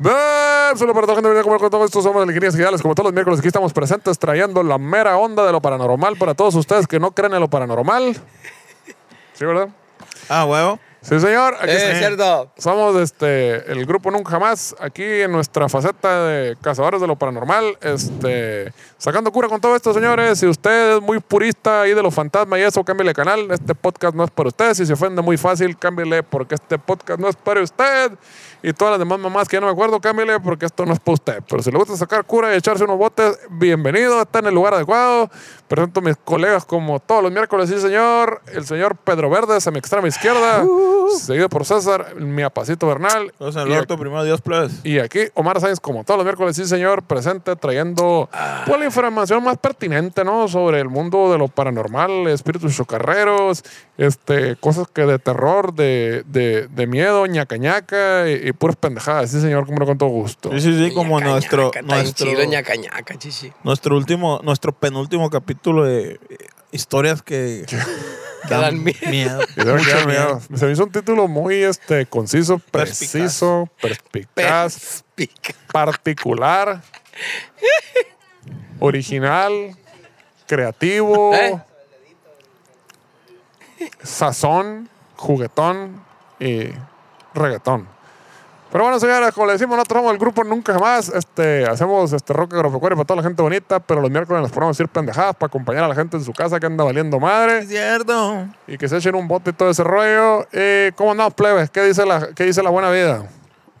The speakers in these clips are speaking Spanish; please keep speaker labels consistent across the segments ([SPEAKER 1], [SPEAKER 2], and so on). [SPEAKER 1] Bien, solo para toda gente que viene a comer con todos estos somos Alegrías Ideales. Como todos los miércoles aquí estamos presentes trayendo la mera onda de lo paranormal para todos ustedes que no creen en lo paranormal. ¿Sí, verdad?
[SPEAKER 2] Ah, huevo.
[SPEAKER 1] Sí, señor. Aquí
[SPEAKER 3] Eh,
[SPEAKER 1] está-
[SPEAKER 3] es cierto.
[SPEAKER 1] Somos este, el grupo Nunca Jamás, aquí en nuestra faceta de cazadores de lo paranormal, este, sacando cura con todo esto, señores. Si usted es muy purista ahí de los fantasmas y eso, cámbiale de canal. Este podcast no es para usted. Si se ofende muy fácil, cámbiale porque este podcast no es para usted. Y todas las demás mamás que ya no me acuerdo, cámbiale porque esto no es para usted. Pero si le gusta sacar cura y echarse unos botes, bienvenido, está en el lugar adecuado. Presento a mis colegas como todos los miércoles, sí, señor. El señor Pedro Verdes a mi extrema izquierda seguido por César, mi apacito Bernal.
[SPEAKER 2] Los
[SPEAKER 1] Y
[SPEAKER 2] el
[SPEAKER 1] ac-
[SPEAKER 2] orto, primero Dios, pues. plebes.
[SPEAKER 1] Y aquí Omar Sáenz, como todos los miércoles, sí señor, presente trayendo
[SPEAKER 2] Ah.
[SPEAKER 1] pues, la información más pertinente, ¿no? Sobre el mundo de lo paranormal, espíritus chocarreros, este, cosas que de terror, de, de, de miedo, ñaca ñaca y, y puras pendejadas, sí señor, como lo con todo gusto.
[SPEAKER 2] Sí, sí, sí, como
[SPEAKER 3] Ñaca,
[SPEAKER 2] nuestro,
[SPEAKER 3] ñaca, está bien
[SPEAKER 2] nuestro,
[SPEAKER 3] chido, ñaca, ñaca, chichi.
[SPEAKER 2] nuestro último, nuestro penúltimo capítulo de eh, historias que,
[SPEAKER 3] Que dan miedo.
[SPEAKER 1] Y de verdad, mira,
[SPEAKER 2] Mucho miedo.
[SPEAKER 1] Se me hizo un título muy este, conciso,
[SPEAKER 2] Perspicaz.
[SPEAKER 1] preciso, perspicaz.
[SPEAKER 3] Pica.
[SPEAKER 1] particular, original, creativo,
[SPEAKER 3] ¿Eh?
[SPEAKER 1] sazón, juguetón y reggaetón. Pero bueno, señores, como le decimos, nosotros somos el grupo Nunca Jamás. Este, hacemos este rock agropecuario para toda la gente bonita, pero los miércoles nos ponemos a decir pendejadas para acompañar a la gente en su casa que anda valiendo madre
[SPEAKER 2] Es cierto.
[SPEAKER 1] y que se echen un bote y todo ese rollo. Eh, ¿Cómo andamos, plebes? ¿Qué dice la, qué dice la buena vida?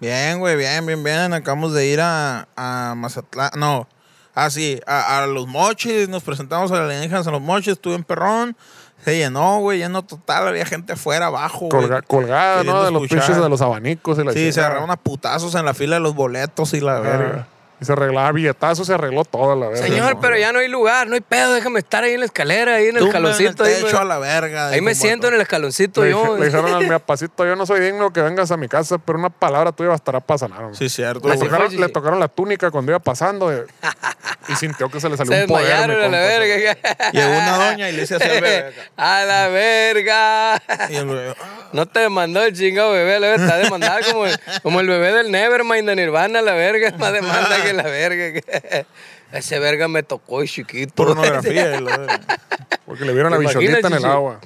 [SPEAKER 2] Bien, güey, bien, bien, bien. Acabamos de ir a, a Mazatlán. No, ah, sí, a, a Los Mochis. Nos presentamos a la alienígenas en Los Mochis. Estuve en Perrón. Se llenó, güey, lleno total. Había gente afuera, abajo, güey.
[SPEAKER 1] Colga- colgada, ¿no?
[SPEAKER 2] Queriendo
[SPEAKER 1] De los
[SPEAKER 2] escuchar.
[SPEAKER 1] pinches de los abanicos y la
[SPEAKER 2] Sí, se
[SPEAKER 1] chingada.
[SPEAKER 2] agarraron a putazos en la fila de los boletos y la verga.
[SPEAKER 1] Ah, Y se arreglaba billetazo, se arregló toda la verga.
[SPEAKER 3] Señor, pero ya no hay lugar, no hay pedo, déjame estar ahí en la escalera, ahí en el
[SPEAKER 2] Tumba en
[SPEAKER 3] escaloncito. ahí,
[SPEAKER 2] techo
[SPEAKER 3] güey.
[SPEAKER 2] a la verga.
[SPEAKER 3] Ahí me
[SPEAKER 2] dijo un
[SPEAKER 3] siento en
[SPEAKER 2] vato.
[SPEAKER 3] el escaloncito
[SPEAKER 1] le,
[SPEAKER 3] yo.
[SPEAKER 1] dije- le dijeron al mi apacito, yo no soy digno que vengas a mi casa, pero una palabra tuya bastará para sanar. hombre".
[SPEAKER 2] Sí, cierto.
[SPEAKER 1] le,
[SPEAKER 3] Así
[SPEAKER 2] güey.
[SPEAKER 1] tocaron,
[SPEAKER 3] fue, sí,
[SPEAKER 1] le
[SPEAKER 3] sí.
[SPEAKER 1] tocaron la túnica cuando iba pasando eh, y sintió que se le salió
[SPEAKER 3] Se
[SPEAKER 1] un poder. mi
[SPEAKER 3] desmayaron a
[SPEAKER 1] compa.
[SPEAKER 3] la verga.
[SPEAKER 2] Llegó una doña y le hice así al bebé acá.
[SPEAKER 3] A la verga.
[SPEAKER 2] Y el bebé, "Ah".
[SPEAKER 3] No te demandó el chingado bebé, le está demandado como el, como el bebé del Nevermind de Nirvana, la verga, es más demanda que la verga. Ese verga me tocó y chiquito.
[SPEAKER 2] pornografía. y la verga.
[SPEAKER 1] Porque le vieron la
[SPEAKER 3] ¿Te imaginas,
[SPEAKER 1] bichonita en el
[SPEAKER 3] Chichi?
[SPEAKER 1] agua.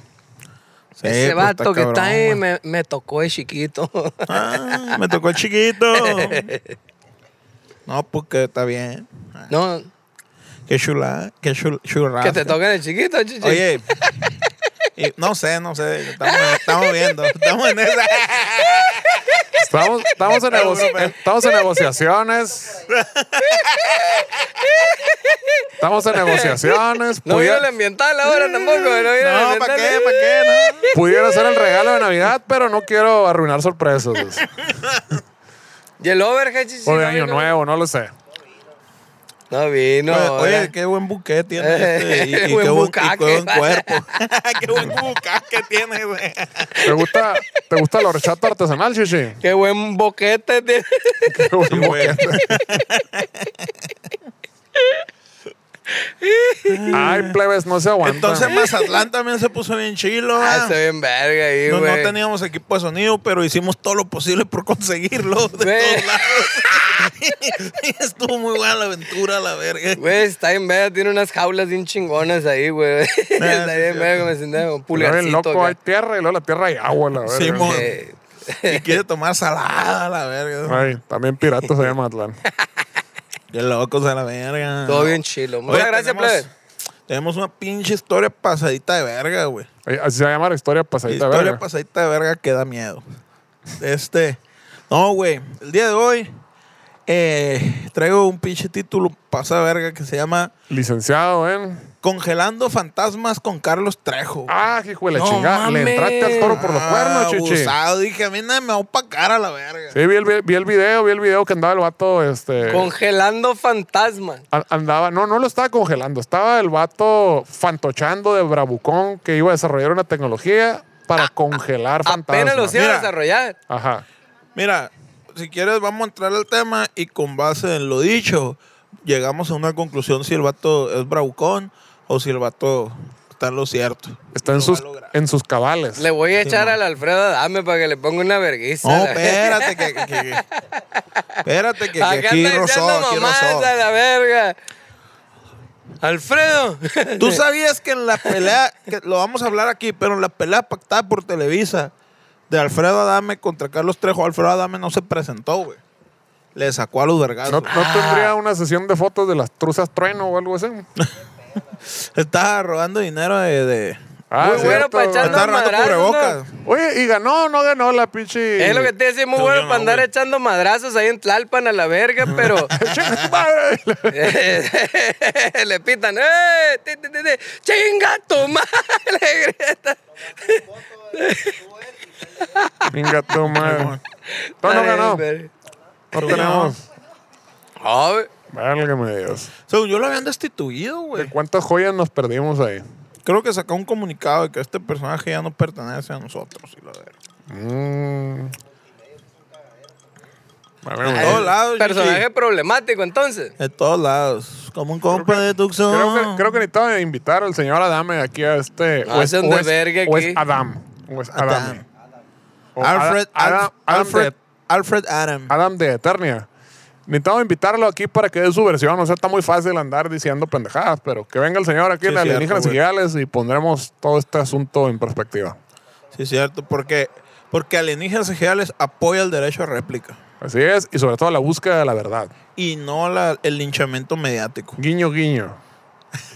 [SPEAKER 2] Sí,
[SPEAKER 3] Ese
[SPEAKER 2] pues,
[SPEAKER 3] vato que
[SPEAKER 2] cabrón,
[SPEAKER 3] está ahí
[SPEAKER 2] güey.
[SPEAKER 3] me, me tocó de chiquito.
[SPEAKER 2] Ah, me tocó el chiquito. No, pues que está bien.
[SPEAKER 3] No,
[SPEAKER 2] Qué chula, qué chul, churrasca.
[SPEAKER 3] que te toquen el chiquito, chichi.
[SPEAKER 2] Ah. Oye, y- no sé, no sé. Estamos, estamos viendo. Estamos en esa.
[SPEAKER 1] Estamos, estamos, en, nego-
[SPEAKER 2] Disculpe.
[SPEAKER 1] estamos en negociaciones. Estamos en negociaciones.
[SPEAKER 3] no vio
[SPEAKER 1] Pudiera,
[SPEAKER 3] el ambiental ahora tampoco, no vio el
[SPEAKER 2] pues No,
[SPEAKER 3] ambiental. eh.
[SPEAKER 2] ¿para qué? ¿Para qué? No.
[SPEAKER 1] pudiera ser el regalo de Navidad, pero no quiero arruinar sorpresas.
[SPEAKER 3] Y el overhead, chichi.
[SPEAKER 1] O de
[SPEAKER 3] no
[SPEAKER 1] Año
[SPEAKER 3] vino.
[SPEAKER 1] Nuevo, no lo sé.
[SPEAKER 3] No vino.
[SPEAKER 2] oye,
[SPEAKER 3] ahora.
[SPEAKER 2] qué buen buque tiene
[SPEAKER 3] Eh,
[SPEAKER 2] este. Y, y
[SPEAKER 3] qué
[SPEAKER 2] qué buen,
[SPEAKER 3] buen
[SPEAKER 2] y
[SPEAKER 3] bucaque.
[SPEAKER 2] qué buen cuerpo. qué buen bucaque tiene, güey.
[SPEAKER 1] ¿Te gusta, ¿Te gusta la horchata artesanal, Chichi?
[SPEAKER 3] Qué buen boquete tiene.
[SPEAKER 2] Sí, güey.
[SPEAKER 1] Ay, plebes, no se aguanta.
[SPEAKER 2] Entonces Mazatlán también se puso bien chilo.
[SPEAKER 3] Ah,
[SPEAKER 2] ¿verdad?
[SPEAKER 3] está bien verga ahí,
[SPEAKER 2] No,
[SPEAKER 3] güey.
[SPEAKER 2] no teníamos equipo de sonido, pero hicimos todo lo posible por conseguirlo de
[SPEAKER 3] Güey.
[SPEAKER 2] todos lados. Y Estuvo muy buena la aventura, la verga.
[SPEAKER 3] Güey, está bien verga, tiene unas jaulas bien chingonas ahí,
[SPEAKER 2] Eh,
[SPEAKER 3] güey. está bien verga, me senté con
[SPEAKER 1] Pero bien
[SPEAKER 3] pulgarcito.
[SPEAKER 1] loco,
[SPEAKER 3] acá.
[SPEAKER 1] hay tierra y luego la tierra hay agua, la verga.
[SPEAKER 2] Simón.
[SPEAKER 3] Eh,
[SPEAKER 2] Y quiere tomar salada, la verga.
[SPEAKER 1] Ay, también piratas allá en Matlán.
[SPEAKER 2] Qué locos a la verga.
[SPEAKER 3] todo bien chilo. Muchas
[SPEAKER 2] Ah. Oye,
[SPEAKER 3] gracias,
[SPEAKER 2] tenemos-
[SPEAKER 3] plebe.
[SPEAKER 2] Tenemos una pinche historia pasadita de verga, güey.
[SPEAKER 1] Así se llama la historia pasadita,
[SPEAKER 2] historia
[SPEAKER 1] Pues verga.
[SPEAKER 2] pasadita de verga que da miedo. Este. No, güey. El día de hoy eh, traigo un pinche título pasa verga que se llama
[SPEAKER 1] Licenciado en.
[SPEAKER 2] Congelando fantasmas con Carlos Trejo.
[SPEAKER 1] Ah, hijo de la
[SPEAKER 3] No
[SPEAKER 1] chingada. Le
[SPEAKER 3] mames.
[SPEAKER 1] entraste al toro por los
[SPEAKER 2] Ah,
[SPEAKER 1] cuernos, chichi.
[SPEAKER 2] abusado. Dije, a mí nada me va a opacar a la verga.
[SPEAKER 1] Sí, vi el, vi- vi el video, vi el video que andaba el vato, este.
[SPEAKER 3] Congelando fantasmas.
[SPEAKER 1] a- Andaba, no, no lo estaba congelando, estaba el vato fantochando de bravucón que iba a desarrollar una tecnología para congelar fantasmas.
[SPEAKER 3] Ah, Apenas los iban a
[SPEAKER 2] Mira.
[SPEAKER 3] desarrollar.
[SPEAKER 1] Ajá.
[SPEAKER 2] Mira, si quieres vamos a entrar al tema y con base en lo dicho, llegamos a una conclusión si el vato es bravucón o si el vato está en lo cierto.
[SPEAKER 1] Está en
[SPEAKER 2] Lo va
[SPEAKER 1] sus,
[SPEAKER 2] a lograr.
[SPEAKER 1] en sus cabales.
[SPEAKER 3] Le voy a
[SPEAKER 2] Sí,
[SPEAKER 3] echar
[SPEAKER 2] no.
[SPEAKER 3] al Alfredo Dame para que le ponga una vergüenza.
[SPEAKER 2] No,
[SPEAKER 3] La-
[SPEAKER 2] espérate que, que- que- espérate que, que
[SPEAKER 3] Acá
[SPEAKER 2] aquí
[SPEAKER 3] está
[SPEAKER 2] rozó,
[SPEAKER 3] echando
[SPEAKER 2] aquí
[SPEAKER 3] mamás
[SPEAKER 2] rozó.
[SPEAKER 3] a la verga. Alfredo.
[SPEAKER 2] Tú sabías que en la pelea, que lo vamos a hablar aquí, pero en la pelea pactada por Televisa de Alfredo Adame contra Carlos Trejo, Alfredo Adame no se presentó, güey. Le sacó a los vergazos.
[SPEAKER 1] ¿No, no tendría una sesión de fotos de las truzas trueno o algo así?
[SPEAKER 2] Estaba robando dinero de. de-
[SPEAKER 1] Ah,
[SPEAKER 3] Muy bueno
[SPEAKER 1] cierto.
[SPEAKER 3] para echarnos
[SPEAKER 2] Estaba robando
[SPEAKER 3] madrazos, ¿no?
[SPEAKER 2] cubrebocas.
[SPEAKER 1] Oye, y ganó, no ganó la pinche.
[SPEAKER 3] Es lo que te decía, muy
[SPEAKER 2] Tú,
[SPEAKER 3] bueno
[SPEAKER 2] yo no,
[SPEAKER 3] para andar
[SPEAKER 2] güey.
[SPEAKER 3] echando madrazos ahí en Tlalpan a la verga, pero eh,
[SPEAKER 1] Chinga tu madre.
[SPEAKER 3] le pitan, ¡eh! ti, ti, ti, ti! ¡Chinga tu madre! le gritan.
[SPEAKER 1] Chinga tu madre. No, no
[SPEAKER 3] Ay,
[SPEAKER 1] ganó.
[SPEAKER 3] pero-
[SPEAKER 1] No tenemos.
[SPEAKER 3] Ah, güey.
[SPEAKER 1] Válgame Dios.
[SPEAKER 2] Según yo lo habían
[SPEAKER 1] ¿De
[SPEAKER 2] destituido, güey.
[SPEAKER 1] cuántas joyas nos perdimos ahí?
[SPEAKER 2] Creo que sacó un comunicado de que este personaje ya no pertenece a nosotros. y la verga.
[SPEAKER 1] Mm. Válgame
[SPEAKER 2] Ay,
[SPEAKER 1] Dios.
[SPEAKER 2] todos lados,
[SPEAKER 3] Personaje
[SPEAKER 2] Gigi.
[SPEAKER 3] problemático, entonces.
[SPEAKER 2] De todos lados. Como un compa de Tucson.
[SPEAKER 1] Creo que, creo que necesitaba invitar al señor Adame aquí a este.
[SPEAKER 2] Ah,
[SPEAKER 3] No, hace un desvergue
[SPEAKER 1] o
[SPEAKER 3] aquí.
[SPEAKER 1] es Adam. O es Adame.
[SPEAKER 2] Adam.
[SPEAKER 3] Oh,
[SPEAKER 1] O
[SPEAKER 2] Alfred,
[SPEAKER 1] Ada- Adam
[SPEAKER 2] Alf- Alfred,
[SPEAKER 1] de-
[SPEAKER 2] Alfred Adam.
[SPEAKER 3] Ah.
[SPEAKER 1] Adam de Eternia. Necesitamos invitarlo aquí para que dé su versión. O sea, está muy fácil andar diciendo pendejadas, pero que venga el señor aquí
[SPEAKER 2] Sí,
[SPEAKER 1] en
[SPEAKER 2] cierto,
[SPEAKER 1] Alienígenas
[SPEAKER 2] güey.
[SPEAKER 1] Ideales y pondremos todo este asunto en perspectiva.
[SPEAKER 2] Sí, es cierto. Porque, porque Alienígenas Ejidales apoya el derecho a réplica
[SPEAKER 1] Así es, y sobre todo la búsqueda de la verdad.
[SPEAKER 2] y no la- el linchamiento mediático.
[SPEAKER 1] Guiño, guiño.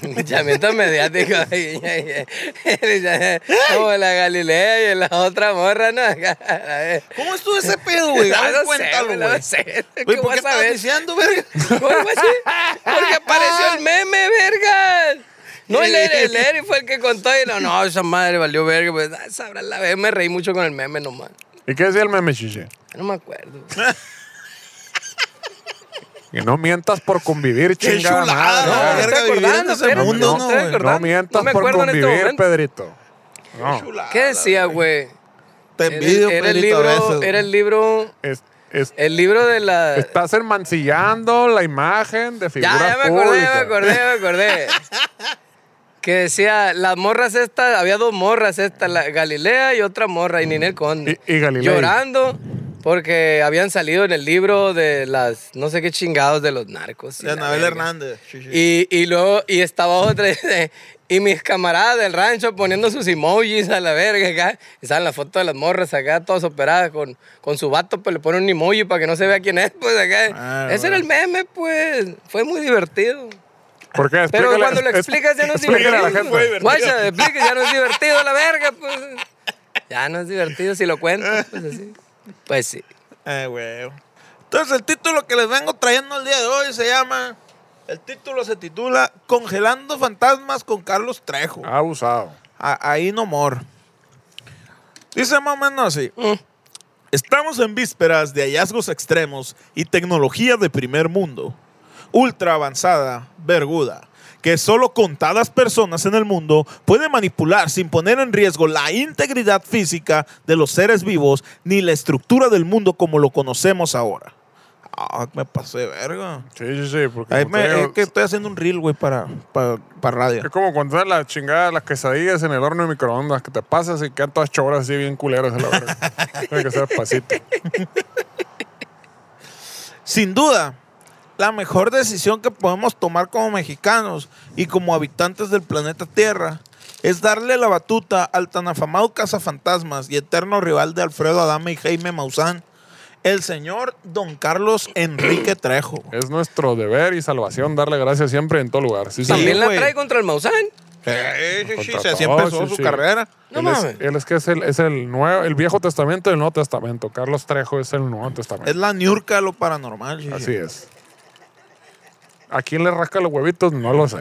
[SPEAKER 3] Linchamiento mediático. ay, ay, ay. Como la Galilea y la otra morra, ¿no?
[SPEAKER 2] ¿Cómo estuvo ese pedo, güey? A ver,
[SPEAKER 3] Ah, No sé,
[SPEAKER 2] cuéntalo,
[SPEAKER 3] no
[SPEAKER 2] güey.
[SPEAKER 3] sé.
[SPEAKER 2] Güey, ¿Por
[SPEAKER 3] vas
[SPEAKER 2] qué
[SPEAKER 3] a
[SPEAKER 2] estabas
[SPEAKER 3] ver?
[SPEAKER 2] diciendo, verga?
[SPEAKER 3] ¿Cómo así? Porque apareció el meme, verga. No, el Eri, el Eri fue el que contó y no, no, esa madre valió verga. Pues, ah, sabrá la vez, me reí mucho con el meme nomás.
[SPEAKER 1] ¿Y qué decía el meme, chiche?
[SPEAKER 3] No me acuerdo.
[SPEAKER 1] Que no mientas por convivir,
[SPEAKER 2] Qué
[SPEAKER 1] chingada
[SPEAKER 2] chulada,
[SPEAKER 1] madre. Ah,
[SPEAKER 2] la
[SPEAKER 3] no, me
[SPEAKER 2] verga,
[SPEAKER 3] estoy
[SPEAKER 2] vivir en
[SPEAKER 3] acordando,
[SPEAKER 2] ese
[SPEAKER 3] espérame,
[SPEAKER 2] mundo,
[SPEAKER 3] no,
[SPEAKER 2] ¿no,
[SPEAKER 3] estoy
[SPEAKER 2] güey? No
[SPEAKER 1] No
[SPEAKER 3] acordando,
[SPEAKER 1] mientas
[SPEAKER 3] no me
[SPEAKER 1] por
[SPEAKER 3] acuerdo en este
[SPEAKER 1] convivir,
[SPEAKER 3] momento.
[SPEAKER 1] Pedrito. No.
[SPEAKER 3] ¿Qué decía, güey?
[SPEAKER 2] Te
[SPEAKER 3] Era-
[SPEAKER 2] envidio,
[SPEAKER 3] Era, el
[SPEAKER 2] Pedrito, a
[SPEAKER 3] libro,
[SPEAKER 2] veces, güey.
[SPEAKER 3] era el libro,
[SPEAKER 1] Es- es-
[SPEAKER 3] el libro de la...
[SPEAKER 1] estás enmancillando la imagen de
[SPEAKER 3] ya,
[SPEAKER 1] figuras
[SPEAKER 3] ya me acordé, ya me acordé, ya me acordé. que decía, las morras estas, había dos morras estas, la Galilea y otra morra, y Ninel Conde.
[SPEAKER 1] Mm. Y- y Galilei.
[SPEAKER 3] Llorando porque habían salido en el libro de las, no sé qué chingados de los narcos. y
[SPEAKER 2] De
[SPEAKER 3] la
[SPEAKER 2] Anabel
[SPEAKER 3] verga.
[SPEAKER 2] Hernández. Sí, sí.
[SPEAKER 3] Y, y luego, y estaba otra, dice, y mis camaradas del rancho poniendo sus emojis a la verga acá. Y salen las fotos de las morras acá, todas operadas con, con su vato, pues le ponen un emoji para que no se vea quién es, pues acá.
[SPEAKER 2] Ah,
[SPEAKER 3] Ese era el meme, pues. Fue muy divertido.
[SPEAKER 1] ¿Por qué?
[SPEAKER 3] Pero
[SPEAKER 1] Explícale-
[SPEAKER 3] cuando lo
[SPEAKER 1] es-
[SPEAKER 3] explicas ya no es
[SPEAKER 1] explícale
[SPEAKER 3] divertido.
[SPEAKER 1] a la gente.
[SPEAKER 3] Guacha, expliques, ya no es divertido la verga, pues. Ya no es divertido si lo cuentas, pues así. Pues sí.
[SPEAKER 2] Eh, güey. Entonces, el título que les vengo trayendo el día de hoy se llama. El título se titula Congelando fantasmas con Carlos Trejo.
[SPEAKER 1] Abusado.
[SPEAKER 2] A- ahí no more. Dice más o menos así. Estamos en vísperas de hallazgos extremos y tecnología de primer mundo. Ultra avanzada, verguda, que solo contadas personas en el mundo pueden manipular sin poner en riesgo la integridad física de los seres vivos ni la estructura del mundo como lo conocemos ahora. Ah, me pasé de verga.
[SPEAKER 1] Sí, sí, sí. Porque
[SPEAKER 2] Ahí
[SPEAKER 1] como
[SPEAKER 2] me- eh,
[SPEAKER 1] te digo,
[SPEAKER 2] es que estoy haciendo un reel, güey, para, para, para radio.
[SPEAKER 1] es como cuando estás las chingadas, las quesadillas en el horno de microondas, que te pasas y quedan todas choras así bien culeras. a La verga. Tiene que ser pasito.
[SPEAKER 2] Sin duda, la mejor decisión que podemos tomar como mexicanos y como habitantes del planeta Tierra es darle la batuta al tan afamado cazafantasmas y eterno rival de Alfredo Adame y Jaime Maussan, el señor Don Carlos Enrique Trejo.
[SPEAKER 1] Es nuestro deber y salvación darle gracias siempre en todo lugar. Sí,
[SPEAKER 2] Sí.
[SPEAKER 1] señor.
[SPEAKER 3] También la
[SPEAKER 2] güey.
[SPEAKER 3] trae contra el Mausán.
[SPEAKER 2] Eh, sí, sí, sí, así
[SPEAKER 1] contrató,
[SPEAKER 2] empezó
[SPEAKER 1] sí,
[SPEAKER 2] su
[SPEAKER 1] sí.
[SPEAKER 2] carrera.
[SPEAKER 3] No
[SPEAKER 1] él, es,
[SPEAKER 3] mames.
[SPEAKER 1] él es que es el, es el nuevo, el Viejo Testamento y el Nuevo Testamento. Carlos Trejo es el Nuevo Testamento.
[SPEAKER 2] Es la niurca de lo paranormal. sí, sí.
[SPEAKER 1] Así es. ¿A quién le rasca los huevitos? No lo sé.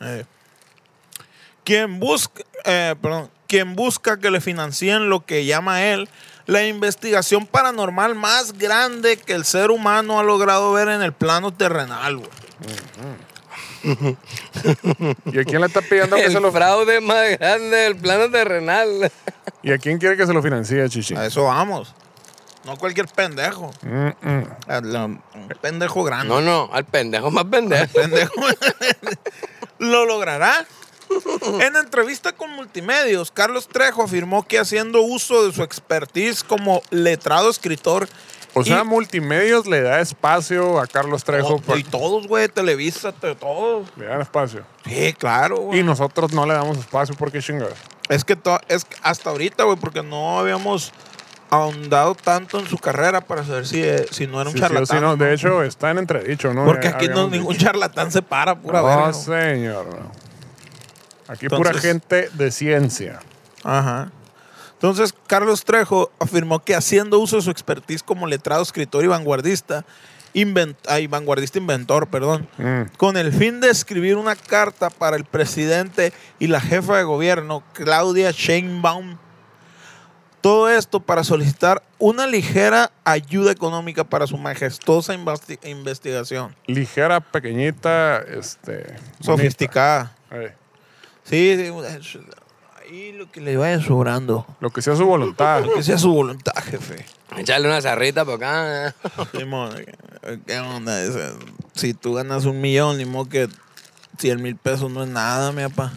[SPEAKER 2] Eh. Quien busca, eh, perdón, quien busca que le financien lo que llama él la investigación paranormal más grande que el ser humano ha logrado ver en el plano terrenal. güey.
[SPEAKER 1] ¿Y a quién le está pidiendo
[SPEAKER 2] pues,
[SPEAKER 1] que
[SPEAKER 3] El
[SPEAKER 1] se lo
[SPEAKER 3] fraude más grande del plano terrenal.
[SPEAKER 1] ¿Y a quién quiere que se lo financie, Chichi?
[SPEAKER 2] A eso vamos. No cualquier pendejo. A la- Un pendejo grande.
[SPEAKER 3] No, no, al pendejo más pendejo.
[SPEAKER 2] pendejo. ¿Lo logrará? En entrevista con Multimedios, Carlos Trejo afirmó que haciendo uso de su expertise como letrado escritor
[SPEAKER 1] O sea,
[SPEAKER 2] y-
[SPEAKER 1] Multimedios le da espacio a Carlos Trejo.
[SPEAKER 2] Oh,
[SPEAKER 1] para-
[SPEAKER 2] y todos, güey, Televisa, te- todos.
[SPEAKER 1] Le dan espacio.
[SPEAKER 2] Sí, claro,
[SPEAKER 1] Y
[SPEAKER 2] güey.
[SPEAKER 1] nosotros no le damos espacio porque chingados.
[SPEAKER 2] Es que to- es que hasta ahorita, güey, porque no habíamos ahondado tanto en su carrera para saber si, eh, si no era un
[SPEAKER 1] Sí, sí,
[SPEAKER 2] charlatán.
[SPEAKER 1] sí, no, de hecho, está en entredicho, ¿no?
[SPEAKER 2] porque
[SPEAKER 1] Eh,
[SPEAKER 2] aquí no,
[SPEAKER 1] habíamos
[SPEAKER 2] ningún
[SPEAKER 1] dicho.
[SPEAKER 2] charlatán se para, pura verga.
[SPEAKER 1] No,
[SPEAKER 2] güey.
[SPEAKER 1] señor. no. Aquí pura
[SPEAKER 2] Entonces-
[SPEAKER 1] gente de ciencia.
[SPEAKER 2] Ajá. Entonces, Carlos Trejo afirmó que haciendo uso de su expertise como letrado, escritor y vanguardista, invent- ay, vanguardista inventor, perdón, con el fin de escribir una carta para el presidente y la jefa de gobierno, Claudia Sheinbaum. Todo esto para solicitar una ligera ayuda económica para su majestuosa invasti- investigación.
[SPEAKER 1] Ligera, pequeñita, este... bonita.
[SPEAKER 2] Sofisticada.
[SPEAKER 1] Eh,
[SPEAKER 2] Sí, sí, ahí lo que le vaya sobrando.
[SPEAKER 1] lo que sea su voluntad.
[SPEAKER 2] Que sea su voluntad, jefe.
[SPEAKER 3] Echarle una zarrita por acá.
[SPEAKER 2] Simón, eh, ¿qué onda? Dice, Si tú ganas un millón, ni modo que 100 mil pesos no es nada, mi papá.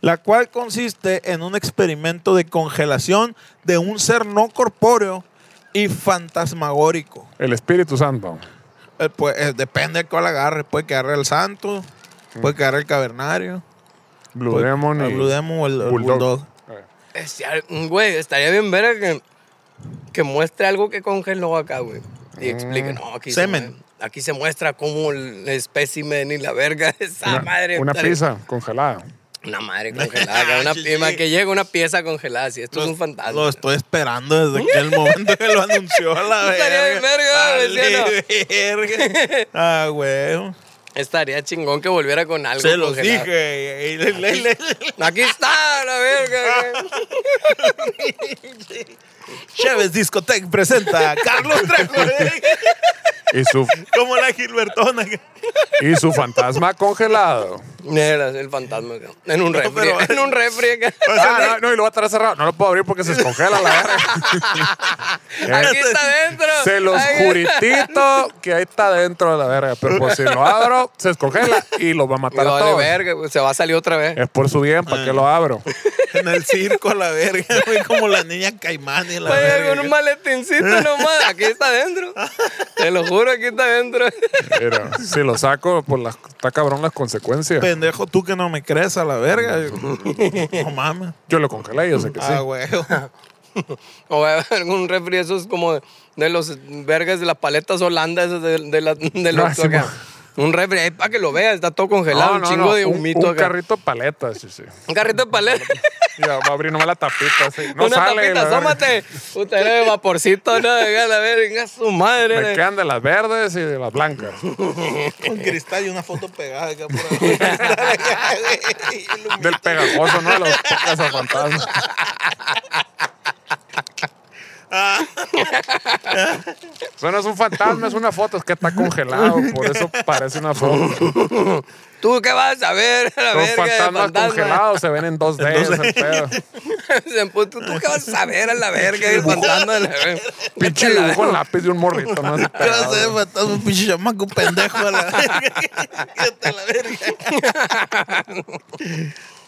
[SPEAKER 2] La cual consiste en un experimento de congelación de un ser no corpóreo y fantasmagórico.
[SPEAKER 1] El Espíritu Santo.
[SPEAKER 2] Eh, pues, eh, depende de cuál agarre. Puede quedar el santo, puede quedar el cavernario.
[SPEAKER 1] Blue
[SPEAKER 2] puede-
[SPEAKER 1] Demon y...
[SPEAKER 2] el Pues, Blue Demon o el, el
[SPEAKER 1] Bulldog.
[SPEAKER 2] Bulldog.
[SPEAKER 1] Eh,
[SPEAKER 3] Este, Güey, estaría bien ver que, que muestre algo que congeló acá, güey. Y explique, no, aquí Se,
[SPEAKER 2] Semen.
[SPEAKER 3] mue- aquí se muestra cómo el espécimen y la verga de esa
[SPEAKER 1] una,
[SPEAKER 3] Ah, madre.
[SPEAKER 1] una
[SPEAKER 3] estaría-
[SPEAKER 1] pizza congelada.
[SPEAKER 3] Una madre congelada. acá, una,
[SPEAKER 2] Sí, sí.
[SPEAKER 3] pima que llega una pieza congelada. Si esto
[SPEAKER 2] Lo-
[SPEAKER 3] es un fantasma.
[SPEAKER 2] Lo estoy esperando desde que el momento que lo anunció a la
[SPEAKER 3] Estaría bien
[SPEAKER 2] verga.
[SPEAKER 3] verga,
[SPEAKER 2] Dale, verga. Ah, güey.
[SPEAKER 3] Estaría chingón que volviera con algo
[SPEAKER 2] Se los
[SPEAKER 3] congelado.
[SPEAKER 2] dije. y le- le- le-
[SPEAKER 3] Aquí está, la verga. güey.
[SPEAKER 2] Chévez Discotec presenta a Carlos Trejo.
[SPEAKER 1] Y su,
[SPEAKER 2] Como la Gilbertona.
[SPEAKER 1] y su fantasma congelado.
[SPEAKER 3] Era el fantasma. acá, En un refri.
[SPEAKER 2] pero-
[SPEAKER 3] En un refri. acá.
[SPEAKER 1] Ah, no, no, y lo va a estar cerrado. No lo puedo abrir porque se descongela la verga. Eh,
[SPEAKER 3] Aquí está adentro.
[SPEAKER 1] Se los
[SPEAKER 3] Ay,
[SPEAKER 1] juritito que ahí está dentro de la verga. Pero pues si lo abro, se descongela y los va a
[SPEAKER 3] Me
[SPEAKER 1] matar a
[SPEAKER 3] vale
[SPEAKER 1] todos.
[SPEAKER 3] verga, Ah. güey, se va a salir otra vez.
[SPEAKER 1] Es por su bien, ¿para qué lo abro?
[SPEAKER 2] En el circo, a la verga. güey, Como la niña Caimán y la
[SPEAKER 3] Vaya con
[SPEAKER 2] verga.
[SPEAKER 3] un maletincito nomás. Aquí está adentro. Te lo juro, aquí está adentro.
[SPEAKER 1] Mira, si lo saco, pues las- está cabrón las consecuencias.
[SPEAKER 3] Pues,
[SPEAKER 2] Pendejo, tú que no me crees a la verga. No mames.
[SPEAKER 1] Yo lo congelé, yo sé que sí.
[SPEAKER 2] Ah, güey.
[SPEAKER 3] O va a haber un refri esos como de los vergas de las paletas holandas de, de, la, de los-
[SPEAKER 1] Ah, sí,
[SPEAKER 3] acá.
[SPEAKER 1] mo-
[SPEAKER 3] Un refri ahí para que lo veas, está todo congelado,
[SPEAKER 1] No,
[SPEAKER 3] un
[SPEAKER 1] no,
[SPEAKER 3] chingo
[SPEAKER 1] no,
[SPEAKER 3] de humito
[SPEAKER 1] Un, un
[SPEAKER 3] acá.
[SPEAKER 1] carrito de paletas, sí, sí.
[SPEAKER 3] Un carrito de paleta.
[SPEAKER 1] Ya va a abrir nomás la tapita, sí. No
[SPEAKER 3] Una
[SPEAKER 1] sale.
[SPEAKER 3] tapita,
[SPEAKER 1] la verga.
[SPEAKER 3] asómate. Usted era de vaporcito, no, Venga, la verga, su madre.
[SPEAKER 1] Me quedan de las verdes y de las blancas.
[SPEAKER 2] Con cristal y una foto pegada. acá por ahí.
[SPEAKER 1] Del pegajoso, ¿no? De los cazafantasmas. Eso no es un fantasma, es una foto, es que está congelado, por eso parece una foto.
[SPEAKER 3] ¿Tú qué vas a ver? La
[SPEAKER 1] Los
[SPEAKER 3] verga, de
[SPEAKER 1] fantasmas
[SPEAKER 3] fantasma.
[SPEAKER 1] congelados se ven en 2D, es el pedo.
[SPEAKER 3] Se emputó, ¿Tú qué vas a ver a la verga? El fantasma de la verga.
[SPEAKER 1] Pinche
[SPEAKER 3] Vete a la
[SPEAKER 1] dibujo en lápiz de un morrito, ¿no? Ese
[SPEAKER 2] Yo no
[SPEAKER 1] pedo.
[SPEAKER 2] sé, fantasma, un pinche chamaco pendejo a la verga. Quédate a la verga.